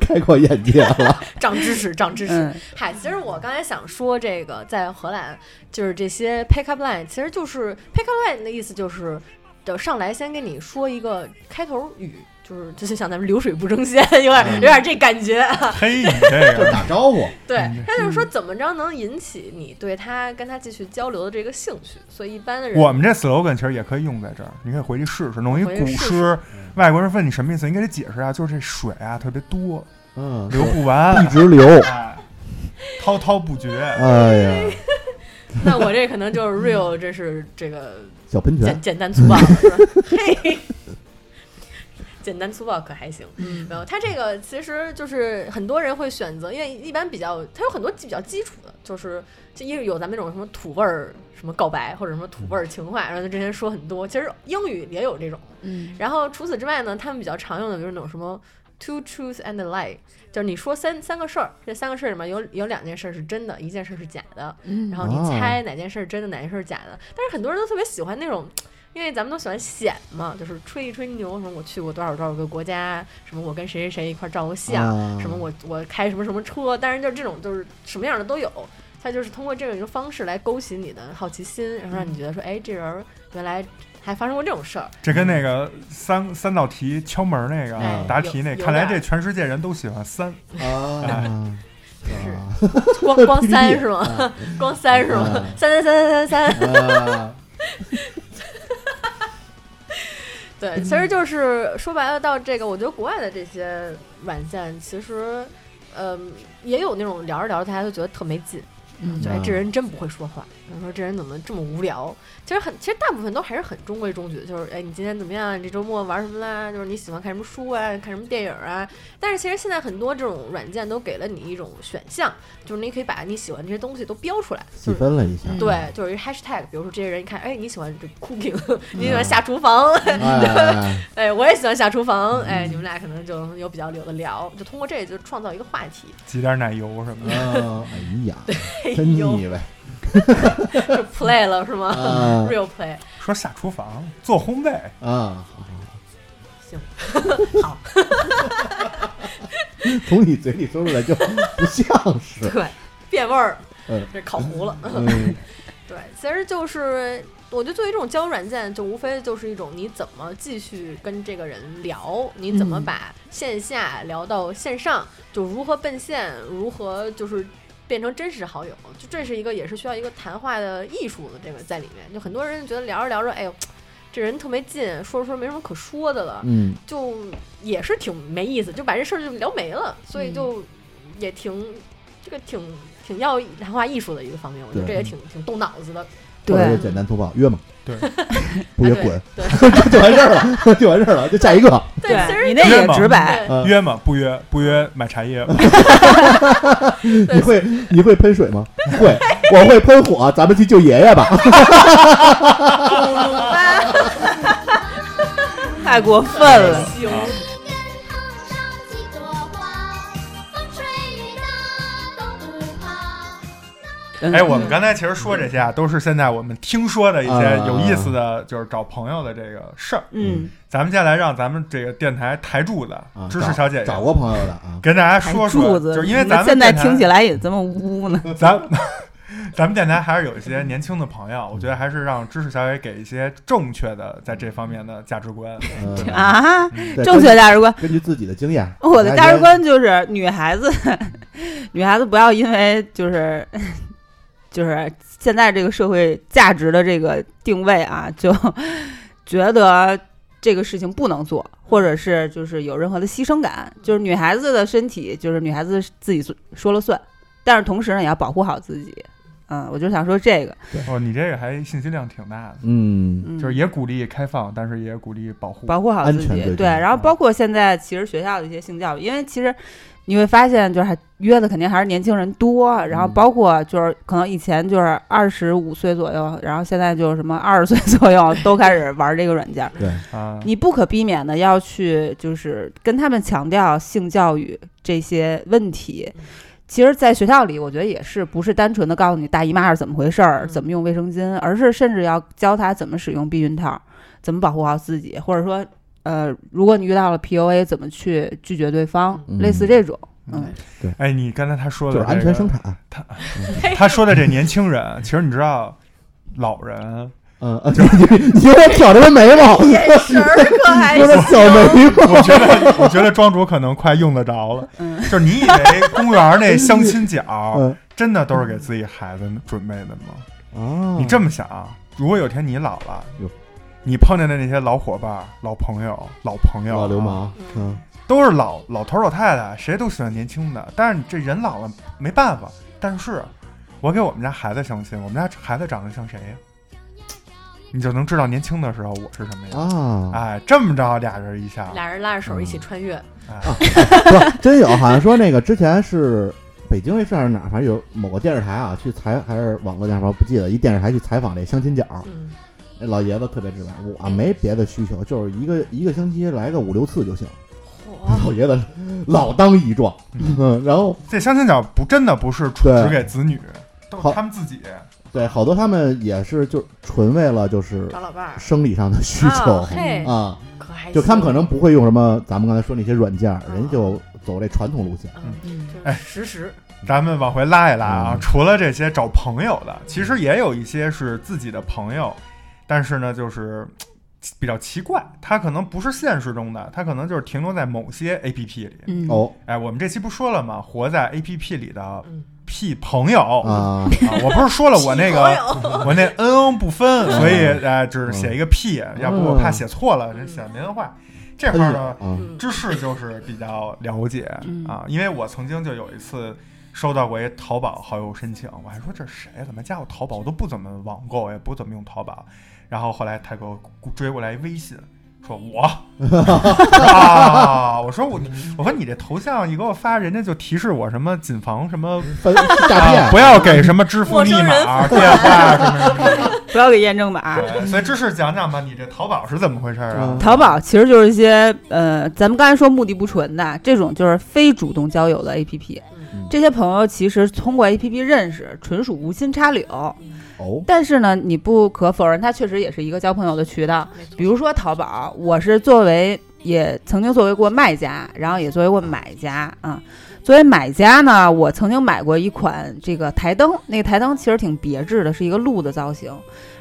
开阔眼界了？
长知识，长知识。
嗯，
嗨，其实我刚才想说，这个在荷兰就是这些 pick up line，其实就是 pick up line 的意思就是，就上来先跟你说一个开头语，就是就是像咱们流水不争先，有
嗯
点有点这感觉。
嘿，你这
就是
个
打招呼，
[laughs] 对
嗯，
他就是说怎么着能引起你对他跟他继续交流的这个兴趣，所以一般的人
我们这 slogan 其实也可以用在这儿，你可以回去试试，弄一
回
古
去试
诗。外国人问你什么意思，你给他解释啊，就是这水啊特别多，
嗯，
流不
一
完，
直流。
哎滔滔不绝。
哎呀，
[laughs] 那我这可能就是 real，这是这个
小喷泉
简，简单粗暴了，是吧？ [laughs] 嘿，简单粗暴可还行。没有，它这个其实就是很多人会选择，因为一般比较，它有很多比较基础的，就是就因为有咱们那种什么土味儿什么告白或者什么土味儿情话，然后之前说很多，其实英语也有这种。
嗯，
然后除此之外呢，他们比较常用的就是那种什么 two truths and a lie，就是你说三三个事儿，这三个事儿里面有有两件事儿是真的，一件事儿是假的，然后你
哦
猜哪件事儿真的，哪件事儿假的。但是很多人都特别喜欢那种。因为咱们都喜欢显嘛，就是吹一吹牛，什么我去过多少多少个国家，什么我跟谁谁谁一块儿照过相，
啊
什么我我开什么什么车，当然就是这种就是什么样的都有。他就是通过这样一个方式来勾起你的好奇心，然后让你觉得说，哎，这人儿原来还发生过这种事儿。
这跟那个三三道题敲门那个
哎
答题那，
有有
看来这
点
全世界人都喜欢三。
[laughs]
啊，
光光三是吗？
吗？
[laughs] 光三是吗
嗯？
三三三三三三。
啊
对，其实就是说白了，到这个，我觉得国外的这些软件，其实，嗯，也有那种聊着聊着，大家就觉得特没劲，就哎，
嗯
这人真不会说话，然后说这人怎么这么无聊？其实很，其实大部分都还是很中规中矩，就是哎，你今天怎么样？你这周末玩什么啦？就是你喜欢看什么书啊，看什么电影啊？但是其实现在很多这种软件都给了你一种选项，就是你可以把你喜欢这些东西都标出来，就
细
是
分了一下，
对，就是一 hashtag，比如说这些人一看，哎，你喜欢这 cooking，你 [laughs] 喜欢下厨房，
哎，
哎，我也喜欢下厨房，
嗯
哎，你们俩可能就有比较有的聊，就通过这就创造一个话题，
挤点奶油什么的。
啊哎呀，
哎
真
呦，
腻歪
就 play 了是吗
啊
[laughs] ？real play，
说下厨房做烘焙，
啊！
行， [laughs]
[laughs] 从你嘴里说出来就不像是，
[laughs] 对，变味儿
嗯，
这烤糊了，
嗯，
对，其实就是我觉得作为一种交友软件，就无非就是一种你怎么继续跟这个人聊，你怎么
嗯
把线下聊到线上，就如何奔现，如何就是。变成真实好友，就这是一个也是需要一个谈话的艺术的这个在里面。就很多人觉得聊着聊着，哎呦，这人特没劲，说着说着没什么可说的了，
嗯，
就也是挺没意思，就把这事儿就聊没了，所以就也挺这个挺挺要谈话艺术的一个方面，我觉得这
对
也挺挺动脑子的。
或者
对
就简单粗暴，约嘛，
对，
[laughs] 不约
啊
滚，
对
[laughs] 就完事儿了，就完事儿了，就下一个，
对，其
对
实
你那也直白，
对
嗯
约吗？不约，不约买茶叶。
你会你会喷水
[laughs]
吗？会，我会喷火，咱们去救爷爷吧。
太过分了。
行，
根头上几朵花，风吹雨打都不怕。
嗯
哎，我们刚才其实说这些啊，都是现在我们听说的一些
啊
有意思的，就是找朋友的这个事儿。
嗯，
咱们接下来让咱们这个电台台柱子
啊
知识小姐姐
找过朋友的啊，
跟大家
还
说
柱
说，
子，
就是因为
你
咱们
现在
电台
听起来也这么污呢。
咱 [laughs] 咱们电台还是有一些年轻的朋友，我觉得还是让知识小姐给一些正确的在这方面的价值观。
嗯
啊，
对
正确价值观。
根据自己的经验，
[laughs] 我的价值
大家
观就是女孩子， [laughs] 女孩子不要因为就是就是现在这个社会价值的这个定位啊，就觉得这个事情不能做，或者是就是有任何的牺牲感。就是女孩子的身体，就是女孩子自己说了算，但是同时呢，也要保护好自己。嗯，我就想说这个，
[laughs] 哦，你这个还信息量挺大的，
嗯，
嗯、
就是也鼓励开放，但是也鼓励保护。
保护好
安
自己
全嗯
对，
最。重要
然后包括现在其实学校的一些性教育，因为其实你会发现，就是还约的肯定还是年轻人多，然后
嗯
包括就是可能以前就是二十五岁左右，然后现在就是什么二十岁左右都开始玩这个软件儿，
对，
啊，
你不可避免的要去就是跟他们强调性教育这些问题。其实，在学校里，我觉得也是，不是单纯的告诉你大姨妈是怎么回事儿，
嗯
怎么用卫生巾，而是甚至要教他怎么使用避孕套，怎么保护好自己，或者说，呃，如果你遇到了 PUA，怎么去拒绝对方，
嗯
类似这种。嗯，
哎，你刚才他说
就
的
是安
这
全
个
生产，
他说的这年轻人，其实你知道，老人
嗯，呃你你你有点挑着他眉毛，
眼神儿可还
有点
行，
小眉毛，
我觉得，我觉得庄主可能快用得着了。
嗯
就是你以为公园那相亲角
嗯
真的都是给自己孩子准备的吗？
啊，
你这么想，如果有天你老了
哟，
你碰见的那些老伙伴、老朋友、老朋友、啊
老流，氓，嗯，
都是老老头儿老太太，谁都喜欢年轻的。但是你这人老了没办法。但是，我给我们家孩子相亲，我们家孩子长得像谁呀？你就能知道年轻的时候我是什么样。
啊，
哎，这么着俩人一下，
俩人拉着手一起穿越，
哎
不，啊真有，好像说那个之前是北京卫视还是哪儿，反正有某个电视台啊，去采还是网络电视台，不记得，一电视台去采访这相亲角，
嗯，
那老爷子特别直白，我啊没别的需求，就是一个一个星期来个五六次就行。
嚯，
老爷子老当益壮，嗯，然后
这相亲角不真的不是纯
对
只给子女，都
好
是他们自己。
对好多他们也是就纯为了就是
找老伴儿，
生理上的需
啊
求
嘿，
啊，
可还行，
就他们可能不会用什么咱们刚才说那些软件儿，
嗯
人就走这传统路线。
嗯，就
哎
是实时，
咱们往回拉一拉啊，
嗯
除了这些找朋友的，其实也有一些是自己的朋友，但是呢，就是嘖比较奇怪，他可能不是现实中的，他可能就是停留在某些 A P P 里。
嗯，
哦
哎，我们这期不说了吗？活在 A P P 里的
嗯，
屁朋友啊
啊，
我不是说了我那
[laughs] 朋
个。 [laughs]
友
我那恩恩不分，所以
嗯
哎，只是写一个屁，要不我怕写错了，这写没文化。这块儿呢，
啊，
嗯
知识就是比较了解
嗯
啊，因为我曾经就有一次收到过一淘宝好友申请，我还说这谁怎么加我淘宝，我都不怎么网购，也不怎么用淘宝。然后后来他给我追过来微信，说我
嗯
[laughs] 啊，我说我我说你这头像一给我发，人家就提示我什么谨防什么、
分嗯诈
啊
骗，
不要给什么支付
陌
密
生人
码、电话什么
[laughs]
什么的。
不要给验证码。
对所以知识讲讲吧，你这淘宝是怎么回事儿啊
嗯？
淘宝其实就是一些呃，咱们刚才说目的不纯的这种，就是非主动交友的 APP
嗯。
这些朋友其实通过 APP 认识，纯属无心插柳。
哦，
但是呢，你不可否认，它确实也是一个交朋友的渠道。
嗯没 [laughs] 错
比如说淘宝，我是作为也曾经作为过卖家，然后也作为过买家啊。作为买家呢，我曾经买过一款这个台灯，那个台灯其实挺别致的，是一个鹿的造型。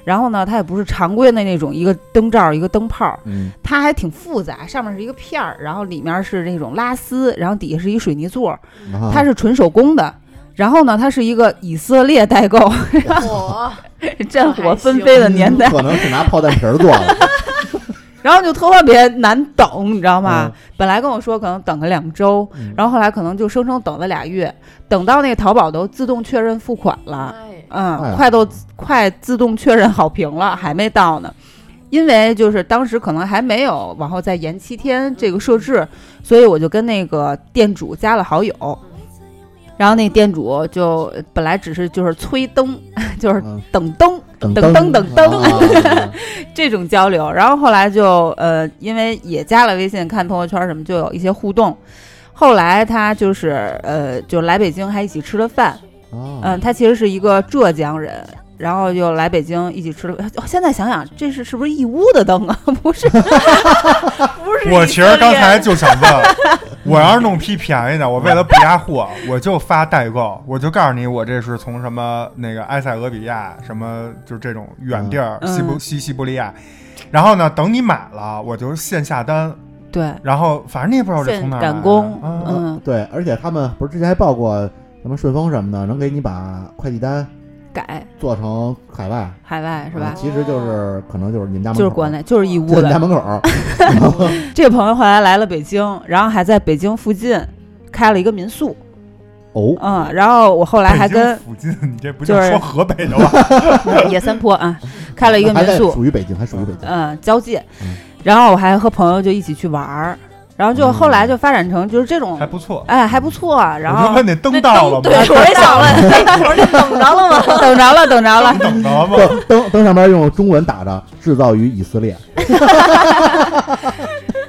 然后呢，它也不是常规的那种一个灯罩一个灯泡，
嗯，
它还挺复杂，上面是一个片儿，然后里面是那种拉丝，然后底下是一水泥座，它
是
是纯手工的。然后呢，它是一个以色列代购，
嚯，
战火纷飞的年代，
嗯可能是拿炮弹皮儿做
[laughs]
的，
然后就特别难等，你知道吗？本来跟我说可能等个两周，
嗯
然后后来可能就生生等了俩月，等到那个淘宝都自动确认付款了，
哎，
嗯，
哎呀
快都快自动确认好评了，还没到呢。因为就是当时可能还没有往后再延七天这个设置，所以我就跟那个店主加了好友，然后那店主就呃本来只是就是催灯， [laughs] 就是
嗯
等灯，
等
等
灯
等灯 [laughs]
啊
这种交流。然后后来就呃，因为也加了微信，看朋友圈什么，就有一些互动。后来他就是呃，就来北京还一起吃了饭。
啊，
嗯、他其实是一个浙江人，然后又来北京一起吃了。哦现在想想，这是是不是义乌的灯啊？不是， [laughs]
不是，
[laughs]
我其实刚才就想问，我要是弄批便宜的，我为了不压货，我就发代购，我就告诉你，我这是从什么那个埃塞俄比亚，什么就是这种远地儿，
嗯
西伯西西伯利亚。然后呢，等你买了，我就线下单，
对，
然后反正你也不知道我这
现
从哪儿
赶
来的
工，
啊
嗯，
对，而且他们不是之前还报过什么顺丰什么的，能给你把快递单
改
做成海外，
海外是
嗯
吧？
其实就是可能就是啊你们家门口
就是国内，就是义
就
乌
是你
的。
家门口，
这个朋友后来来了北京，然后还在北京附近开了一个民宿，
哦，
嗯，然后我后来还
北京
跟
附近，你这不
就是
说河北
[laughs]
的吧？
野三坡啊 [laughs] 开了一个
还
民
在
宿，
属于北京，还属
[laughs]
于北京，
嗯，交界
嗯，
然后我还和朋友就一起去玩儿，然后就后来就发展成就是这种
还，不错。
哎，还不错。然
我就
后
问那灯到了吗？
对，我也
[laughs]
想问，那会儿你等着了吗？
等着了，等
[laughs]
着了，
等着吗？
灯灯灯上面用中文打着“制造于以色列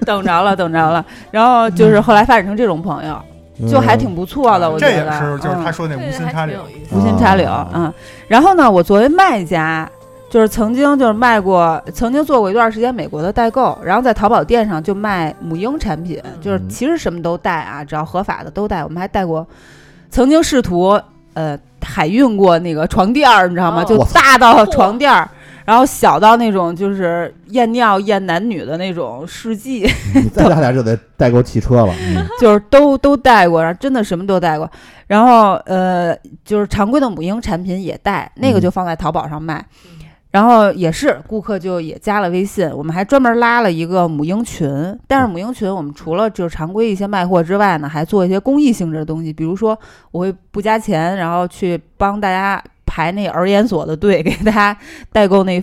等着了，等着了。然后就是后来发展成这种朋友，”，就还挺不错的，我觉
嗯这
得。
也是就是
嗯
他说那无心插柳，
意
嗯
无心插柳
啊
啊、嗯。然后呢，我作为卖家，就是曾经就是卖过，曾经做过一段时间美国的代购，然后在淘宝店上就卖母婴产品，就是
嗯
其实什么都带啊，只要合法的都带。我们还带过，曾经试图呃海运过那个床垫儿，你知道吗？
哦
就
我操
大到床垫儿。然后小到那种就是验尿验男女的那种试剂，
你再大点就得代购汽车 [laughs] 了，嗯
就是都都带过，然后真的什么都带过。然后呃，就是常规的母婴产品也带，那个就放在淘宝上卖。然后也是顾客就也加了微信，我们还专门拉了一个母婴群。但是母婴群我们除了就是常规一些卖货之外呢，还做一些公益性质的东西，比如说我会不加钱，然后去帮大家排那儿研所的队，给大家代购那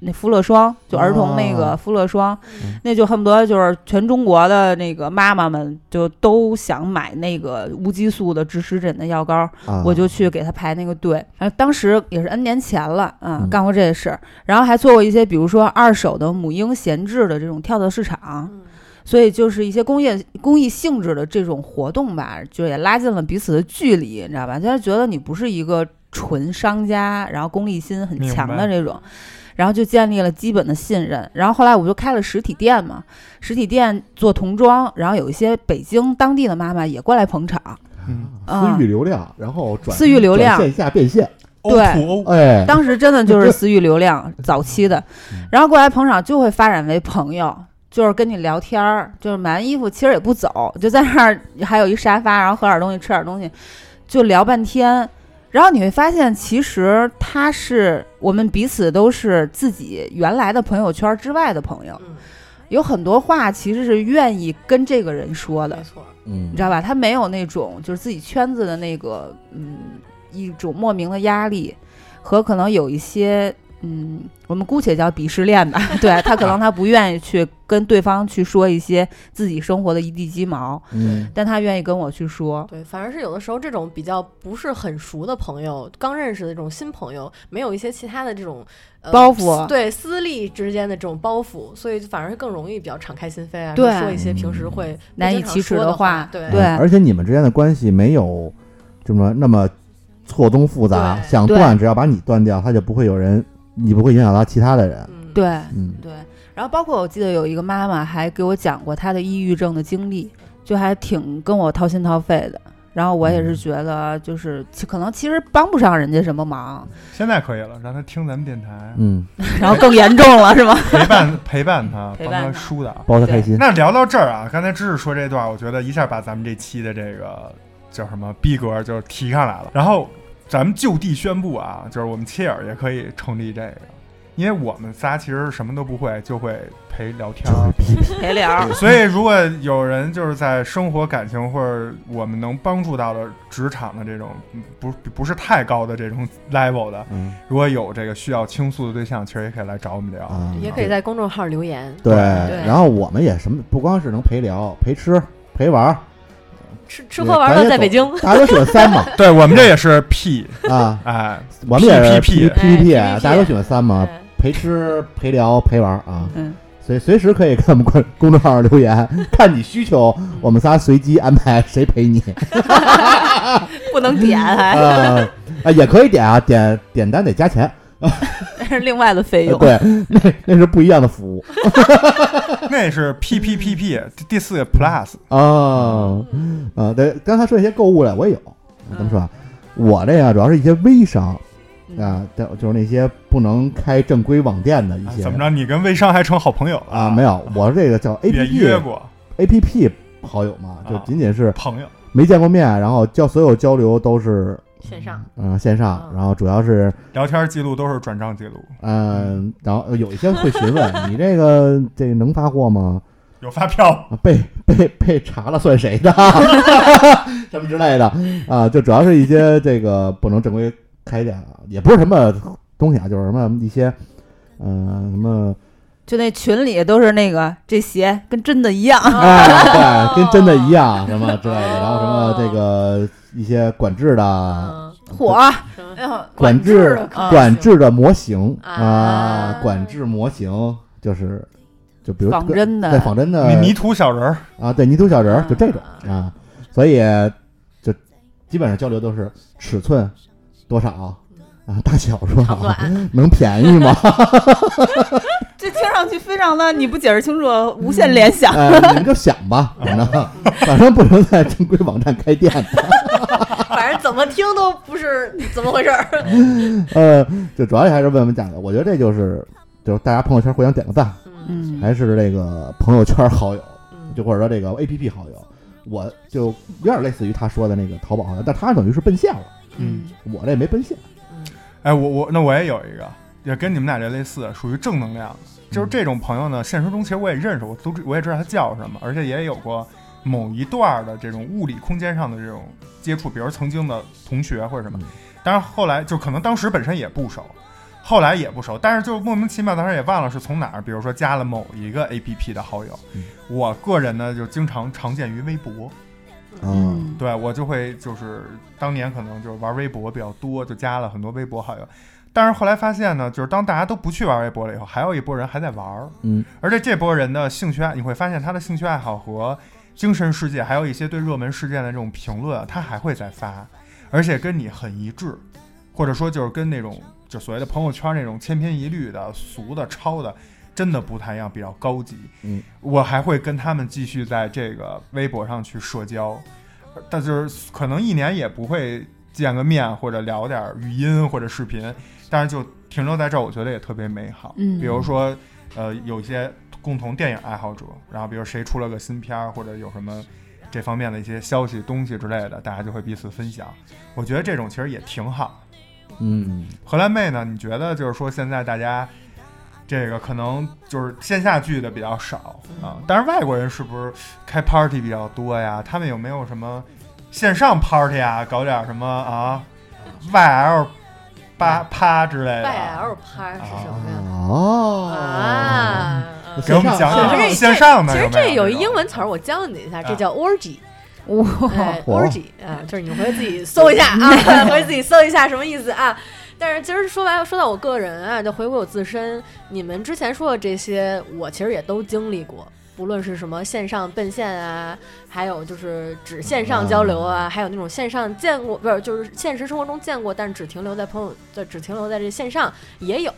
那敷乐霜，就儿童那个
哦
敷乐霜，
嗯
那就恨不得就是全中国的那个妈妈们就都想买那个无激素的治湿疹的药膏，
啊，
我就去给他排那个队。然后当时也是 N 年前了啊，
嗯
干过这事儿，然后还做过一些，比如说二手的母婴闲置的这种跳蚤市场，
嗯
所以就是一些工业公益性质的这种活动吧，就也拉近了彼此的距离，你知道吧？就是觉得你不是一个纯商家，然后功利心很
明
强
白
的这种，然后就建立了基本的信任。然后后来我就开了实体店嘛，实体店做童装，然后有一些北京当地的妈妈也过来捧场，
嗯
啊私域流量，然后转
私域流量
转线下变现，
，O
对
to O，
[laughs] 哎，
当时真的就是私域流量早期的，然后过来捧场就会发展为朋友，就是跟你聊天儿，就是买完衣服其实也不走，就在那儿还有一沙发，然后喝点东西，吃点东西，就聊半天。然后你会发现，其实他是我们彼此都是自己原来的朋友圈之外的朋友，
嗯，
有很多话其实是愿意跟这个人说的
没，错，
嗯
你知道吧？他没有那种就是自己圈子的那个嗯一种莫名的压力，和可能有一些嗯，我们姑且叫鄙视链吧。 [laughs] 对他可能他不愿意去跟对方去说一些自己生活的一地鸡毛，
嗯
但他愿意跟我去说。
对，反而是有的时候这种比较不是很熟的朋友，刚认识的这种新朋友，没有一些其他的这种、呃、
包袱啊
对私利之间的这种包袱，所以反而更容易比较敞开心扉啊，
对嗯
说一些平时会不
难以
经常
启齿
说
的
的
话
对
对
哎而且你们之间的关系没有这么那么错综复杂，
对
想
对
断只要把你断掉，他就不会有人，你不会影响到其他的人，
嗯，
对
嗯，
对，然后包括我记得有一个妈妈还给我讲过她的抑郁症的经历，就还挺跟我掏心掏肺的。然后我也是觉得，就是其可能其实帮不上人家什么忙，
现在可以了，让他听咱们电台，
嗯，
然后更严重了，是吗？
陪伴 [laughs] 陪伴他，
陪
帮
伴
他
他
疏导。
包他开心，
那聊到这儿啊，刚才知识说这段，我觉得一下把咱们这期的这个叫什么逼格就提上来了。然后咱们就地宣布啊，就是我们切尔也可以成立这个，因为我们仨其实什么都不会，就会陪聊天
[laughs]
儿。
陪聊。
所以，如果有人就是在生活、感情或者我们能帮助到的职场的这种嗯不不是太高的这种 level 的，
嗯
如果有这个需要倾诉的对象，其实也可以来找我们聊。
啊，
也可以在公众号留言，
对，
对
然后我们也什么不光是能陪聊、陪吃、陪玩儿，
吃吃喝玩乐在北京，
大家都喜欢三嘛 [laughs]
对我们这也是 P，
啊，
哎，
我们也是
PPP
P P，啊
哎 PPP
大家都喜欢三嘛，
对嗯
陪吃、陪聊、陪玩儿啊，
嗯，
所以随时可以给我们公公众号上留言，看你需求，我们仨随机安排谁陪你
不能点还。
呃啊啊，也可以点啊，点点单得加钱。
那是另外的费
哎
呃
用。
对， [laughs] 那那是不一样的服务
那是 P P P P 第四个 Plus，
啊啊！对，刚才说一些购物类，我也有。咱们说啊，我这个主要是一些微商啊，但就是那些不能开正规网店的一些
啊怎么着？你跟微商还成好朋友了
嗯啊，没有，我这个叫 A
也
P
约
P
过
A P P 好友嘛，就
啊
仅仅是
朋友，
没见过面，然后交所有交流都是
线上
嗯、呃线上
啊，
然后主要是
聊天记录都是转账记录，
嗯、然后有一些会询问你这个这个能发货吗？
有发票，
啊被被被查了算谁的？ [laughs] 什么之类的啊？就主要是一些这个不能正规开店啊，也不是什么东西啊，就是什么一些嗯、呃什么
就那群里都是那个这鞋跟真的一样，
哎，对，跟真的一样什么之类的，然后什么这个一些管制的。
啊
嗯，
[laughs]
火
什么
哎呦
管
制
制
的可
管
行
制的模型啊
啊，
管制模型就是就比如
仿真的
对仿真的
你泥土小人儿，
啊，对泥土小人儿就这种
啊
啊，所以就基本上交流都是尺寸多少啊，大小是
长
吧？
短
[laughs]
[laughs]
能便
[laughs]
宜吗？
这听上去非常的你不解释清楚，无限联想。
哎，你们就想吧，反正反正不能在正规网站开店的。
反正怎么听都不是怎么
[laughs]
回事儿。
呃，就主要还是问问价格，我觉得这就是就是大家朋友圈互相点个赞，
嗯
嗯，
还是这个朋友圈好友，
嗯
就或者说这个 A P P 好友，我就有点类似于他说的那个淘宝好友，但他等于是奔现了，
嗯，
我这没奔现。
哎，我我那我也有一个，也跟你们俩这类似，属于正能量的。就是
嗯
这种朋友呢，现实中其实我也认识，我都知我也知道他叫什么，而且也有过某一段儿的这种物理空间上的这种接触，比如曾经的同学或者什么
嗯。
当然后来就可能当时本身也不熟，后来也不熟，但是就莫名其妙，当时也忘了是从哪儿，比如说加了某一个 A P P 的好友。
嗯
我个人呢就经常常见于微博，
嗯，
对我就会就是当年可能就是玩微博比较多，就加了很多微博好友。但是后来发现呢，就是当大家都不去玩微博了以后，还有一波人还在玩儿，
嗯，
而且这波人的兴趣爱，你会发现他的兴趣爱好和精神世界，还有一些对热门事件的这种评论，啊他还会再发，而且跟你很一致，或者说就是跟那种就所谓的朋友圈那种千篇一律的俗的抄的，真的不太一样，比较高级。
嗯，
我还会跟他们继续在这个微博上去社交，但就是可能一年也不会见个面或者聊点语音或者视频，但是就停留在这儿，我觉得也特别美好。
嗯
比如说，呃，有一些共同电影爱好者，然后比如谁出了个新片儿，或者有什么这方面的一些消息、东西之类的，大家就会彼此分享。我觉得这种其实也挺好。
嗯，
荷兰妹呢？你觉得就是说现在大家这个可能就是线下聚的比较少啊，但是外国人是不是开 party 比较多呀？他们有没有什么线上 party 啊？搞点什么啊？YL 八趴之类的啊？
YL 拍是什么呀？
哦，
啊，
给我
其
们讲讲
实
线上的
其
有没
实这
有
有一
种
英文词儿，我教你一下，这叫 orgy。
哇，
哎
哇
，orgy 啊，就是你回去自己搜一下啊，回去自己搜一下什么意思啊。但是其实说白了，说到我个人啊，就回归我自身，你们之前说的这些，我其实也都经历过。不论是什么线上奔现啊，还有就是只线上交流啊，还有那种线上见过，不是就是现实生活中见过，但是只停留在朋友，就只停留在这线上也有。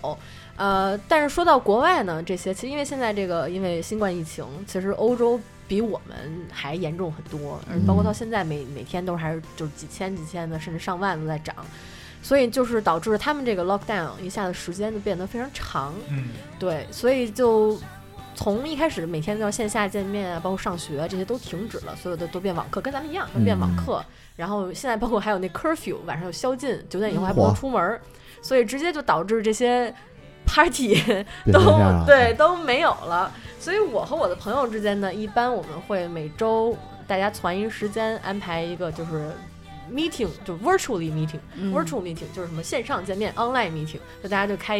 呃，但是说到国外呢，这些其实因为现在这个因为新冠疫情，其实欧洲比我们还严重很多，而包括到现在每每天都还是就是几千几千的，甚至上万的在涨，所以就是导致他们这个 lockdown 一下子时间就变得非常长，
嗯，
对，所以就从一开始每天都要线下见面啊，包括上学这些都停止了，所有的都变网课，跟咱们一样
嗯
都变网课。然后现在包括还有那 curfew，晚上有宵禁，九点以后还不能
嚯
出门儿，所以直接就导致这些 party [laughs]
变
都
成这样了
对都没有了。所以我和我的朋友之间呢，一般我们会每周大家攒一时间安排一个就是 meeting，就 virtually meeting，virtual、meeting 就是什么线上见面 online meeting，就大家就开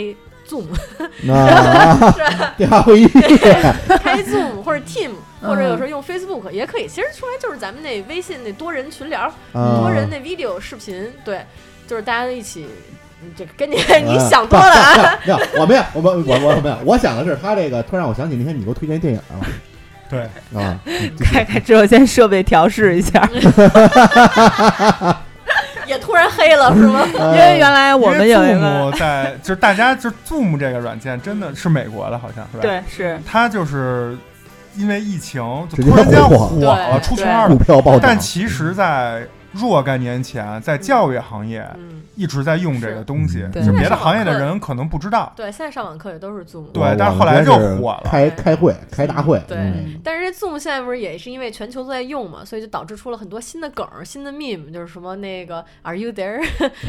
Zoom。
[laughs]
[laughs] 啊
[laughs] 那电话会议，
开 Zoom 或者 Team，
嗯
或者有时候用 Facebook 也可以。其实说来就是咱们那微信那多人群聊，
啊
多人那 video 视频，对，就是大家一起，嗯这个跟你你想多
[laughs]
了啊。 [laughs]
没有，我没有，我我我我没有，我想的是他这个突然让我想起那天你给我推荐电影了
对，
[laughs]
啊，
开开之后先设备调试一下，
也突然黑了是吗？
因
因为原来我们有一个
Zoom 在，就是大家就是 Zoom 这个软件真的是美国的，好像是吧？，
对是
它就是因为疫情就
直接
突然间
火
火了，
对
出圈
[laughs]
了
股。票暴涨
但，其实，在若干年前，在教育行业
嗯，
一直在用这个东西，
是
就
对
嗯别的行业的人可能不知道。
对，现在上网课也都是 Zoom。
对但是后来就火了
开开会开大会，
对
嗯
但是这 Zoom 现在不是也是因为全球都在用嘛，所以就导致出了很多新的梗儿、新的 meme，就是什么那个 Are you there？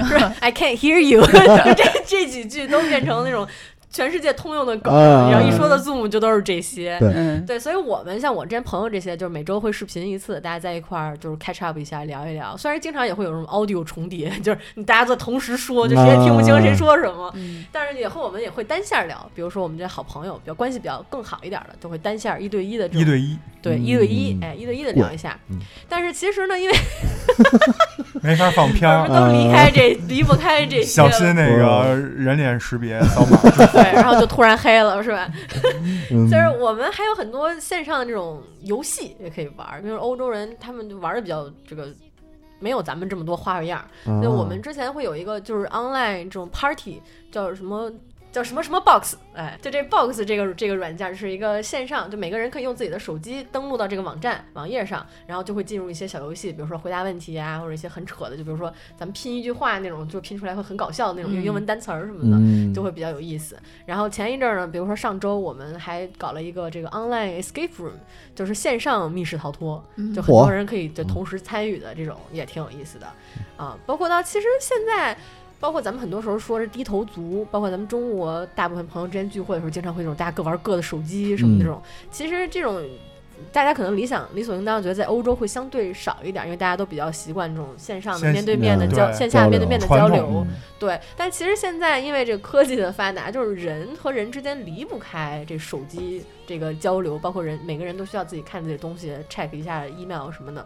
是吧 I can't hear you [laughs] 就这这几句都变成那种全世界通用的梗儿，
啊
然后一说到 Zoom 就都是这些。
对
嗯
对，所以我们像我之前朋友这些，就是每周会视频一次，大家在一块儿就是 catch up 一下，聊一聊。虽然经常也会有什么 audio 重叠， [laughs] 就是你大家在同时说，就谁也听不
啊
清谁说什么。
嗯
但是以后我们也会单线儿聊，比如说我们这好朋友，比较关系比较更好一点儿的，都会单线儿一对一的这
一
种，
对一
对
嗯
一对一，哎，一对一的聊一下
嗯。
但是其实呢，因为
没法放片
我们
儿，
都离开这离不开这些
嗯小
了，
心那个人脸识别扫码。
对，然后就突然黑了，是吧？
嗯
就是我们还有很多线上的这种游戏也可以玩儿，就是欧洲人他们就玩的比较这个。没有咱们这么多花样儿，
啊
就我们之前会有一个就是 online 这种 party，叫什么叫什么什么 box，哎，就这 box 这个这个软件是一个线上，就每个人可以用自己的手机登录到这个网站网页上，然后就会进入一些小游戏，比如说回答问题啊，或者一些很扯的，就比如说咱们拼一句话那种，就拼出来会很搞笑的那种用英文单词儿什么的，
嗯
就会比较有意思。然后前一阵儿呢，比如说上周我们还搞了一个这个 online escape room，就是线上密室逃脱，就很
嚯
多人可以就同时参与的这种，也挺有意思的啊。包括到其实现在。包括咱们很多时候说是低头族，包括咱们中国大部分朋友之间聚会的时候，经常会这种大家各玩各的手机什么这种。
嗯
其实这种大家可能理想理所应当觉得在哎欧洲会相对少一点，因为大家都比较习惯这种线上的
线
面对面的
嗯
交
对
线下面对面的交
传
流
统。
嗯
对，但其实现在因为这个科技的发达，就是人和人之间离不开这手机这个交流，包括人每个人都需要自己看自己的东西，check 一下 email 什么的。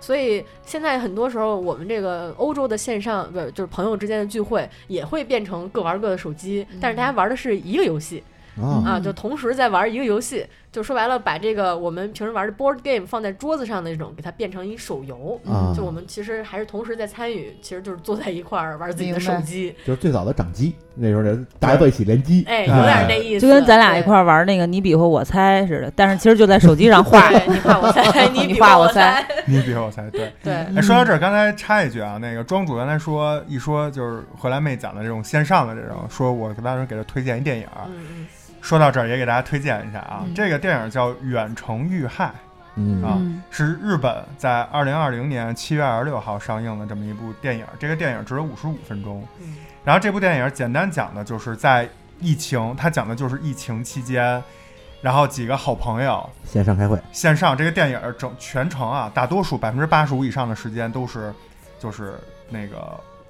所以现在很多时候，我们这个欧洲的线上不是就是朋友之间的聚会，也会变成各玩各的手机，但是大家玩的是一个游戏
啊
啊，就同时在玩一个游戏。就说白了，把这个我们平时玩的 board game 放在桌子上的那种，给它变成一手游。嗯
啊，
就我们其实还是同时在参与，其实就是坐在一块儿玩自己的
明
手
白
机，
就是最早的掌机，那时候人大家都一起联机，
哎，有点那意思，
就跟咱俩一块
儿
儿玩那个你比划我猜似的，但是其实就在手机上画，
你画
[laughs]
我猜，
你
比
画
我
我猜，
你比我才对。
对，
嗯
哎，说到这儿，刚才插一句啊，那个庄主原来说一说就是荷兰妹讲的这种线上的这种，说我当时给她推荐一电影儿，
嗯
说到这儿也给大家推荐一下啊，这个电影叫《远程遇害》。
嗯
啊，是日本在二零二零年七月二十六号上映的这么一部电影。这个电影只有五十五分钟
嗯。
然后这部电影简单讲的就是在疫情，它讲的就是疫情期间，然后几个好朋友
线上开会，
线上这个电影整全程啊，大多数百分之八十五以上的时间都是就是那个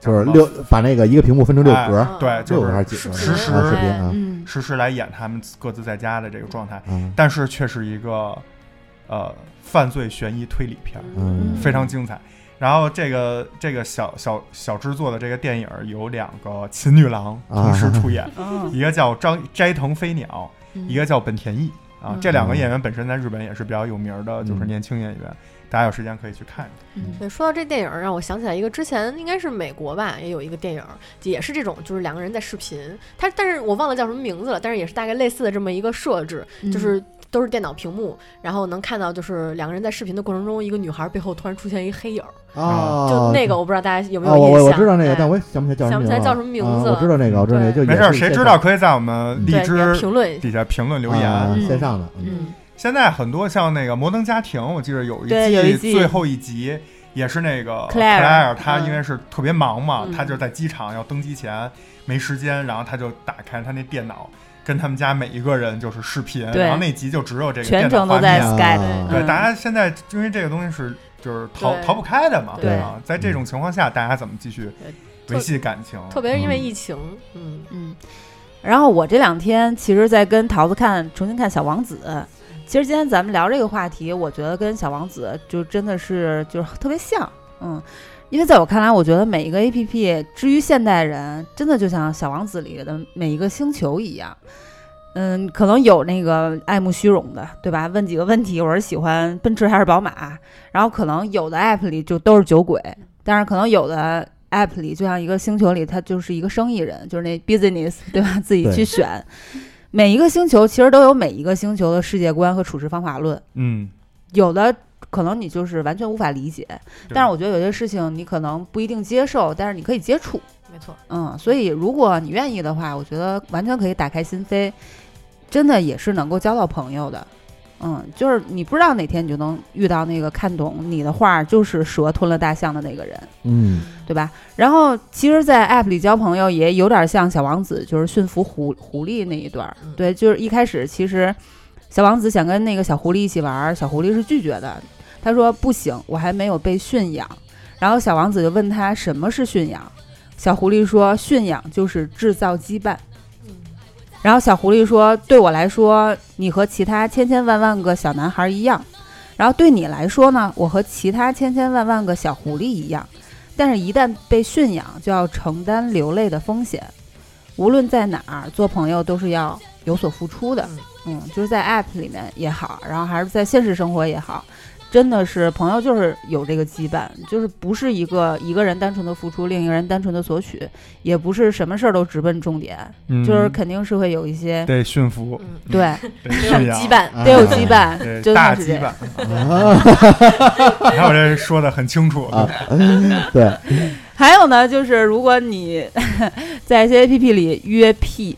叫
就是
什么
六把那个一个屏幕分成六格，
哎
对，
六
就
个还
是
是几个？
实时
啊视频啊，
嗯
实时来演他们各自在家的这个状态，
嗯
但是却是一个呃犯罪悬疑推理片儿。
嗯，
非常精彩。然后这个这个小小小制作的这个电影儿有两个秦女郎
啊
同时
[laughs]
出演，
哦
嗯
一个叫张斋藤飞鸟，
嗯
一个叫本田翼啊。
嗯
这两个演员本身在日本也是比较有名儿
嗯
的，就是年轻演员，大家有时间可以去看一
对，说到这电影儿，让我想起来一个，之前应该是美国吧，也有一个电影儿，也是这种，就是两个人在视频，它但是我忘了叫什么名字了，但是也是大概类似的这么一个设置，
嗯
就是。都是电脑屏幕，然后能看到就是两个人在视频的过程中，一个女孩背后突然出现一个黑影儿，
啊，
就那个我不知道大家有没有
啊，
印
我
象。
我我知道那个，
哎
但我也想不起来叫什么
想不起来
名字
叫
了
什么名
啊
字
我知道那个，我知道那个，就
看。没
也
事儿，
是
谁
线
知
上
道可以在我们荔
对，你要
枝
评论一下。
底下评论留言。
啊
嗯
线上的，嗯
嗯，
现在很多像那个《摩登家庭》，我记得有一
对有一季
最后一集也是那个
Claire，
Claire，她因为是特别忙嘛，
嗯
她就在机场要登机前没时间，然后她就打开她那电脑，跟他们家每一个人就是视频，
对
然后那集就只有这个
全
电脑
程都
画
在
面。
啊
Skype，
对，
嗯
大家现在因为这个东西是就是逃
对
逃不开的嘛，
对
啊，在这种情况下，大家怎么继续
对
维系感情？
特别是因为疫情，嗯，
嗯，然后我这两天其实在跟桃子看重新看《小王子》，其实今天咱们聊这个话题，我觉得跟《小王子》就真的是就是特别像，嗯，因为在我看来，我觉得每一个 A P P 至于现代人，真的就像《小王子》里的每一个星球一样。嗯，可能有那个爱慕虚荣的，对吧？问几个问题，我是喜欢奔驰还是宝马？然后可能有的 app 里就都是酒鬼，
但是可能有的 app 里，就像一个星球里，它就是一个生意人，就是那 business [laughs] 对吧？自己
对
去选。每一个星球其实都有每一个星球的世界观和处事方法论，
嗯，
有的可能你就是完全无法理解，
对
但是我觉得有些事情你可能不一定接受，但是你可以接触。
没错，
嗯，所以如果你愿意的话，我觉得完全可以打开心扉，真的也是能够交到朋友的。嗯，就是你不知道哪天你就能遇到那个看懂你的话就是蛇吞了大象的那个人，
嗯
对吧？然后其实，在 App 里交朋友也有点像小王子，就是驯服狐狐狸那一段儿
嗯。
对，就是一开始其实小王子想跟那个小狐狸一起玩儿，小狐狸是拒绝的，他说不行，我还没有被驯养。然后小王子就问他什么是驯养，小狐狸说驯养就是制造羁绊。然后小狐狸说：“对我来说，你和其他千千万万个小男孩一样；然后对你来说呢，我和其他千千万万个小狐狸一样。但是，一旦被驯养，就要承担流泪的风险。无论在哪儿做朋友，都是要有所付出的。嗯，就是在 App 里面也好，然后还是在现实生活也好，真的是朋友就是有这个羁绊，就是不是一个一个人单纯的付出，另一个人单纯的索取，也不是什么事儿都直奔重点，
嗯
就是肯定是会有一些。
得驯服，
嗯，
对，
得
没有
驯养
羁，绊，
[laughs]
啊
得有羁绊，
对
真
大
的是
羁
这
绊
样。。
[laughs]
啊，
[laughs] 你看我这说的很清楚，
啊对，
还有呢，就是如果你 [laughs] 在一些 APP 里约 P，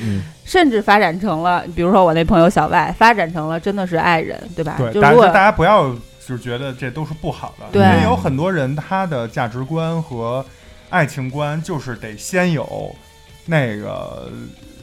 嗯
[laughs]
甚至发展成了，比如说我那朋友小外，发展成了真的是爱人，对吧？
对，
就
但
如
是
果
大家不要就是觉得这都是不好的，
对
因为有很多人他的价值观和爱情观就是得先有那个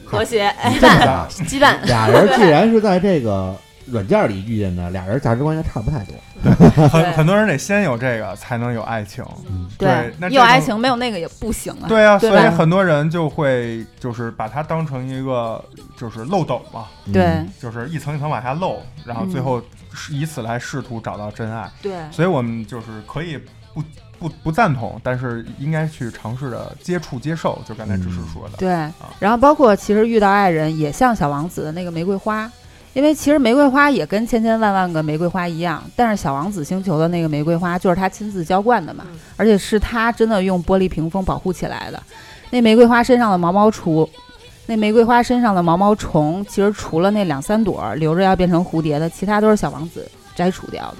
和谐，
羁
这么
绊，
大
羁
[laughs]
绊，
啊俩人既然是在这个软件里遇见的，俩人价值观也差不太多。
很
[laughs]
很多人得先有这个才能有爱情，
嗯
对那
你
这
有爱
种
情没有那个也不行啊。
对啊，
对
所以
吧
很多人就会就是把它当成一个就是漏斗嘛，
对
就是一层一层往下漏，然后最后
嗯
是以此来试图找到真爱。
对
所以我们就是可以不不不赞同，但是应该去尝试着接触接受，就刚才只是说的。
对，然后包括其实遇到爱人也像小王子的那个玫瑰花，因为其实玫瑰花也跟千千万万个玫瑰花一样，但是小王子星球的那个玫瑰花就是他亲自浇灌的嘛，
嗯
而且是他真的用玻璃屏风保护起来的。那玫瑰花身上的毛毛虫，那玫瑰花身上的毛毛虫，其实除了那两三朵留着要变成蝴蝶的，其他都是小王子摘除掉的。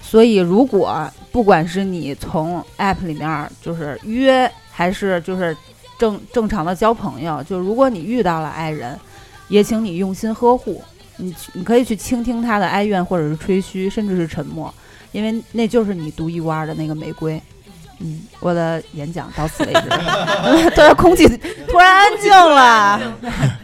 所以，如果不管是你从 App 里面儿就是约，还是就是正正常的交朋友，就如果你遇到了爱人，也请你用心呵护。你你可以去倾听他的哀怨，或者是吹嘘，甚至是沉默，因为那就是你独一无二的那个玫瑰。嗯，我的演讲到此为止。 [laughs] 突然空气突然安静
啊
了
[laughs]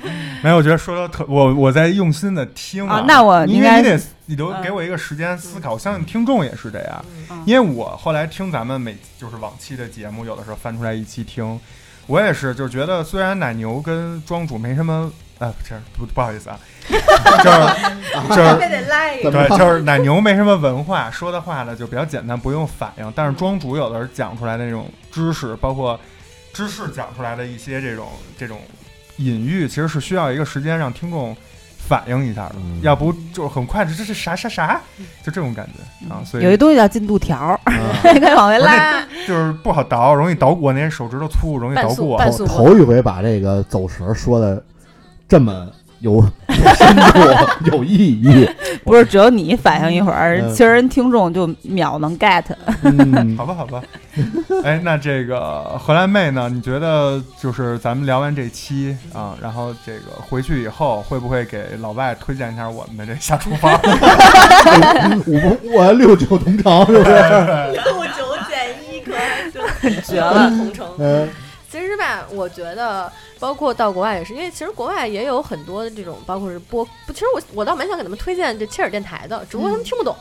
没有，我觉得说的特，我我在用心的听
啊，那我
因
应
为
该
你得你留
嗯
给我一个时间思考，我相信听众也是这样。
嗯
因为我后来听咱们每就是往期的节目，有的时候翻出来一期听，我也是就是觉得虽然奶牛跟庄主没什么。呃，这不不好意思啊，就是就是
得赖一
怎么
对，就是奶牛没什么文化，说的话呢就比较简单，不用反应。但是庄主有的时候讲出来的那种知识，包括知识讲出来的一些这种这种隐喻，其实是需要一个时间让听众反应一下的，
嗯
要不就是很快，这这是啥啥啥，就这种感觉啊。所
嗯有一
以
东西叫进度条儿， [laughs]
[laughs]
啊
可以往回拉。
就是不好捣，容易捣鼓。我那手指头粗，容易捣
半速
鼓。
半
头头一回把这个走神儿说的这么有有深度、有意义。
不是只有你反应一会儿，
嗯
其实人听众就秒能 get。
嗯
[laughs] 好吧，好吧。哎，那这个荷兰妹呢？你觉得就是咱们聊完这期啊，然后这个回去以后，会不会给老外推荐一下我们的这下厨
[laughs]
房？
嗯五不我六九同城是不是？
六九减一，可
绝了
同城。
嗯，
其实吧，我觉得包括到国外也是，因为其实国外也有很多的这种，包括是播，不，其实我我倒蛮想给他们推荐这切尔电台的，只不过他们听不懂。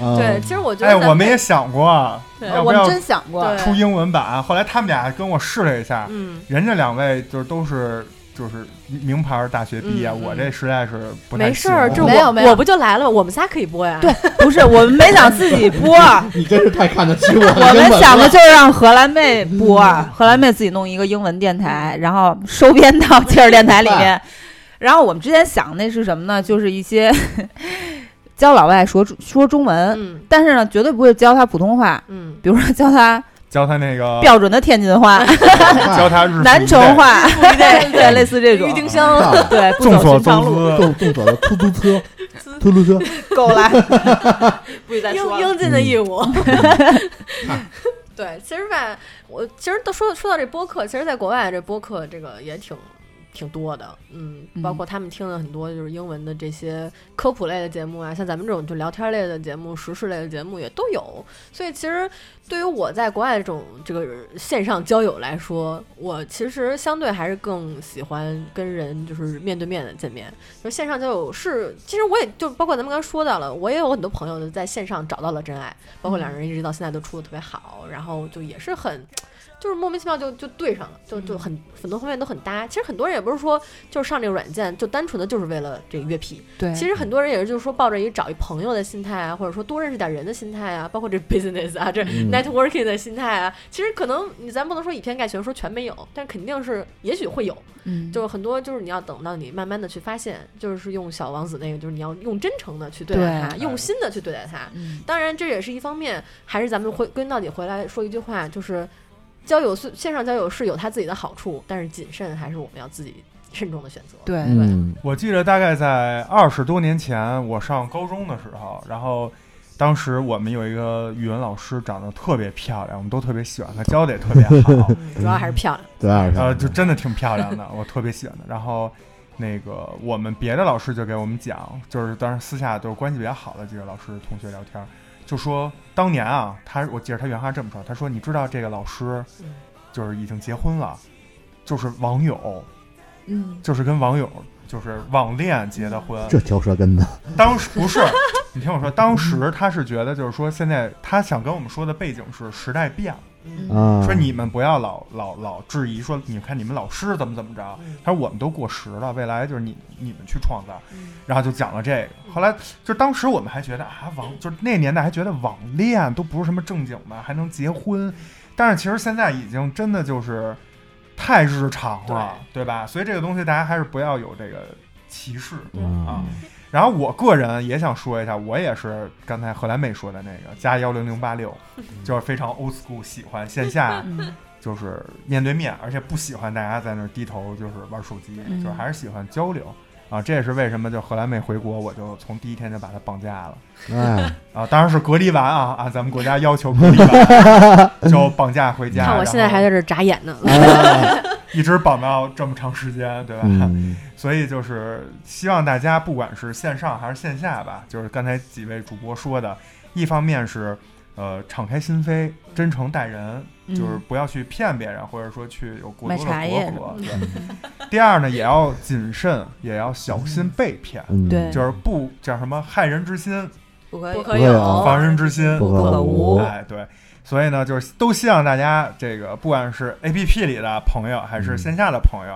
啊
对，其实我觉得
哎，
咱
我们也
也
想过，啊
对
要
我
不
们
要
真想过，
出
对，
英文版？后来他们俩跟我试了一下，
嗯，
人家两位就是都是就是名牌大学毕业，
嗯嗯
我这实在是不太
没事儿，
行
这
没有
我
没有
我不就来了吗？我们仨可以播呀。
对不是我们没想自己 [laughs] 播，
你真是太看得起我的
我
英文
们
了
想的就是让荷兰妹播，荷兰妹自己弄一个英文电台，然后收编到切尔电台里面。然后我们之前想的那是什么呢？就是一些 [laughs] 教老外说说中文，
嗯
但是呢，绝对不会教他普通话，
嗯，
比如说教他
教他那个
标准的天津话、
教他日
[laughs] 南城
话，
话，对 [laughs] 对，类似这种
郁，丁
[laughs]
香，
对，不
众
走
所
寻常
周
路，
知，
啊动动手的出租车，出租车，
够了，不许再
应
说了。嗯
应尽的义务。 [laughs] 对，其实吧，我其实都说说到这播客，其实在国外这播客这个也挺挺多的，嗯，包
嗯
括他们听了很多就是英文的这些科普类的节目啊，像咱们这种就聊天类的节目、时事类的节目也都有。所以其实对于我在国外这种这个线上交友来说，我其实相对还是更喜欢跟人就是面对面的见面。就是线上交友是，其实我也就包括咱们刚才说到了，我也有很多朋友在线上找到了真爱，包
嗯
括两人一直到现在都处的特别好，然后就也是很，就是莫名其妙就就对上了，就就
嗯
很很多方面都很搭。其实很多人也不是说就是上这个软件就单纯的就是为了这个约皮，
对，
其实很多人也是就是说抱着一个找一朋友的心态啊，或者说多认识点人的心态啊，包括这 business 啊，这
嗯
[laughs] networking 的心态啊，其实可能你咱不能说以偏概全，说全没有，但肯定是也许会有。
嗯
就是很多就是你要等到你慢慢的去发现，就是用小王子那个，就是你要用真诚的去对待
对
他，用心的去对待他。
嗯
当然，这也是一方面，还是咱们回归根到底回来说一句话，就是交友是线上交友是有它自己的好处，但是谨慎还是我们要自己慎重的选择。，
对，
嗯，
我记得大概在二十多年前，我上高中的时候，然后当时我们有一个语文老师，长得特别漂亮，我们都特别喜欢她，教的也特别好
嗯，主要还是漂亮。
对，二
呃，
十，
就真的挺漂亮的，我特别喜欢她。然后那个我们别的老师就给我们讲，就是当时私下都是关系比较好的几个老师同学聊天，就说当年啊，他我记得他原话这么说，他说你知道这个老师
嗯
就是已经结婚了，就是网友，
嗯，
就是跟网友就是网恋结的婚，
这嚼舌根子，
当时不是，你听我说，当时他是觉得就是说，现在他想跟我们说的背景是时代变了，
啊，
说你们不要老老老质疑说，你看你们老师怎么怎么着，他说我们都过时了，未来就是你你们去创造，然后就讲了这个。后来就是当时我们还觉得啊，网就是那年代还觉得网恋都不是什么正经的，还能结婚，但是其实现在已经真的就是太日常了，对吧？所以这个东西大家还是不要有这个歧视。
啊，
然后我个人也想说一下，我也是刚才荷兰妹说的那个加幺零零八六，就是非常 old school，喜欢
[laughs]
线下，
嗯
就是面对面，而且不喜欢大家在那儿低头就是玩手机，
嗯
就是还是喜欢交流啊。这也是为什么就荷兰妹回国，我就从第一天就把她绑架了
哎，
啊，当然是隔离完啊，按咱们国家要求隔离完
[laughs]
就绑架回家。
看我现在还在这儿眨眼呢。
哎
一直绑到这么长时间，对吧？
嗯，
所以就是希望大家不管是线上还是线下吧，就是刚才几位主播说的，一方面是呃敞开心扉，真诚待人，
嗯
就是不要去骗别人，或者说去有过
买
多的
茶叶
隔阂。对。 [laughs] 第二呢，也要谨慎，也要小心被骗，
嗯
对
就是不叫什么害人之心，
不可
不
以，
可
以哦
防人之心。
不
不
可
可无，
无
哎，对，所以呢，就是都希望大家这个，不管是 A P P 里的朋友，还是线下的朋友，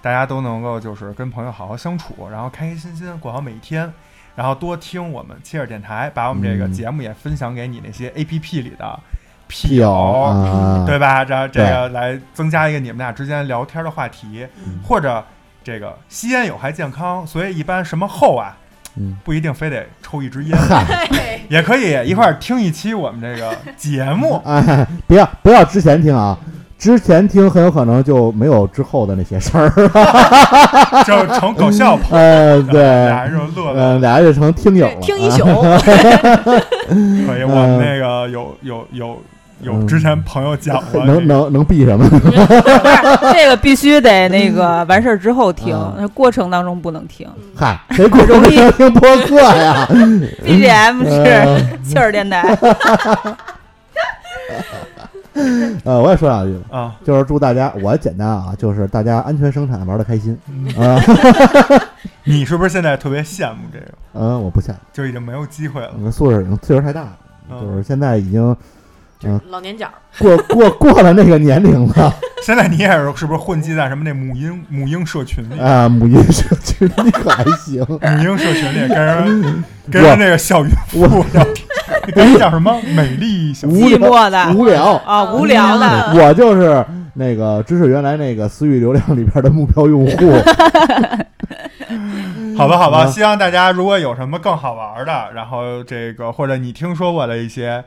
大家都能够就是跟朋友好好相处，然后开开心心过好每一天，然后多听我们切尔电台，把我们这个
嗯
节目也分享给你那些 A P P 里的
屁
屁
友啊，
对吧？然后这个来增加一个你们俩之间聊天的话题，或者这个吸烟有害健康，所以一般什么后啊，
嗯
不一定非得抽一支
[laughs]
烟，
嗨，
[laughs] 也可以一块儿听一期我们
[laughs]
这个节目。
哎，不要不要之前听啊，之前听很有可能就没有之后的那些事儿， [laughs]
就是成搞笑朋友，
哎，
俩
对，
人就乐
嗯，
了。
俩人就成听友了，
听一
啊
宿，
可以，我们那个有有有有之前朋友讲过，
嗯能能能避什么？
[laughs] 这个必须得那个完事儿之后听
嗯，
那过程当中不能听。
嗯
[laughs]
嗨，谁过
容易
能听播客呀？
BGM
呃
是 [laughs] 切尔电台，
[laughs] 呃，我也说两句吧，
啊，
就是祝大家，我简单啊，就是大家安全生产，玩的开心
嗯
啊。 [laughs]
你是不是现在特别羡慕这个？
嗯，我不下，
就已经没有机会了
我。们素质已经岁数太大了，就
嗯，
是现在已经
就是老年角儿，
过过过了那个年龄了
现在你也是是不是混迹在什么那母婴母婴社群里？
啊。母婴社区你可还行，
母婴社群里跟
[laughs]
人跟人那个小孕妇聊天，跟人叫什么美丽小
无
[laughs] 寂
聊
寞的
无聊。
啊，无聊的，
嗯
[laughs] 我
[laughs]
就是那个知识原来那个私域流量里边的目标用户，
好吧，好吧，
嗯，
希望大家如果有什么更好玩的，然后这个或者你听说过的一些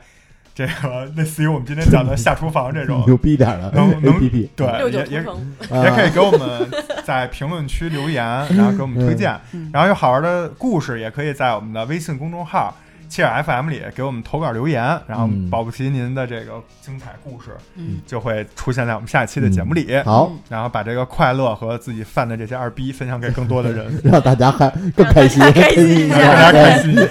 这个类似于我们今天讲的下厨房这种
牛逼点儿的
能能
APP，
对
六，九
也
同
也
城，
也可
啊
以给我们在评论区留 [laughs] 言，然后给我们推荐，嗯然后有好玩的故事也可以在我们的微信公众号。切尔 FM 里给我们投稿留言，然后
嗯
保不齐您的这个精彩故事
嗯
就会出现在我们下期的节目里。
好，，
然后把这个快乐和自己犯的这些二逼分享给更多的人
让大家还更开心，
让大家开心
一
让
下
大家开心一下。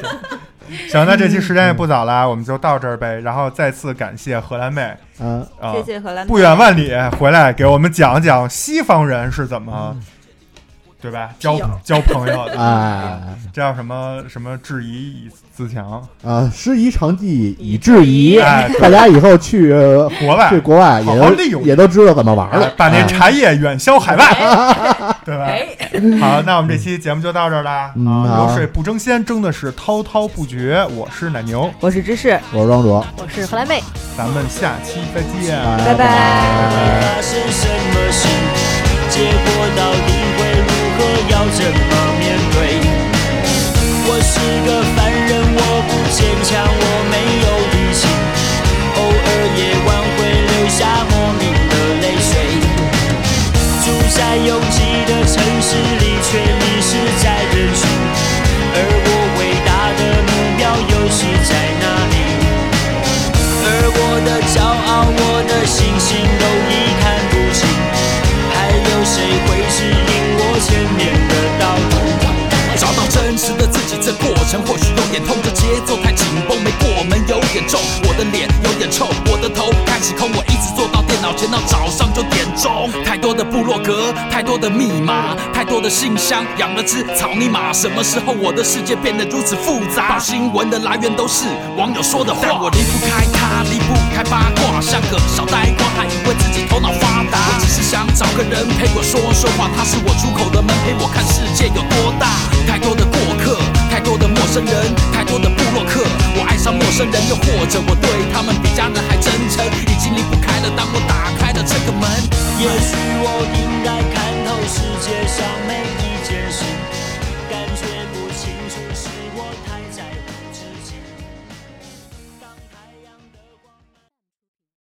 行，那这期时间也不早了，我们就到这儿呗。然后再次感谢荷兰妹
[laughs] 嗯，
啊，
谢谢荷兰
不远万里回来给我们讲讲西方人是怎么，对吧？交交朋友的，
哎
这叫什么什么质疑以自强？
啊，师夷长技以制夷，
哎，对
大家以后去呃
国外
去国外
好
也
好
都
利用
也都知道怎么玩了，
把那
哎
茶叶远销海外，对吧？
哎，
好，那我们这期节目就到这儿了啊！
嗯好
流水不争先，争的是滔滔不绝。我是奶牛，
我是芝士，
我是庄主，
我是荷兰妹。
咱们下期再见。
拜拜。
发生什么事，结果到底会如何，要怎么面对？我是个凡人，我不坚强，我没有理性，偶尔夜晚会流下莫名的泪水。住在拥挤的城市里，却迷失在人群，而我伟大的目标又是在哪里？而我的骄傲，我的信心都已看不清，还有谁会指引我前面的道路？
找到真实的自己，这过程或许有点痛，这节奏太紧绷，没过门有点重，我的脸有点臭，我的头开始空，我一直坐到电脑前到早上九点钟。太多的部落格，太多的密码，太多的信箱，养了只草泥马。什么时候我的世界变得如此复杂？把新闻的来源都是网友说的话，但我离不开它，离不开八卦，像个小呆瓜，还以为自己头脑发达。我只是想找个人陪我说说话，他是我出口的门，陪我看世界有多大。太多的过客，太多的陌生人，太多的部落客。我爱上陌生人，又或者我对他们比家人还真诚，已经离不开了。当我打开了这个门。
也许我应该看透世界上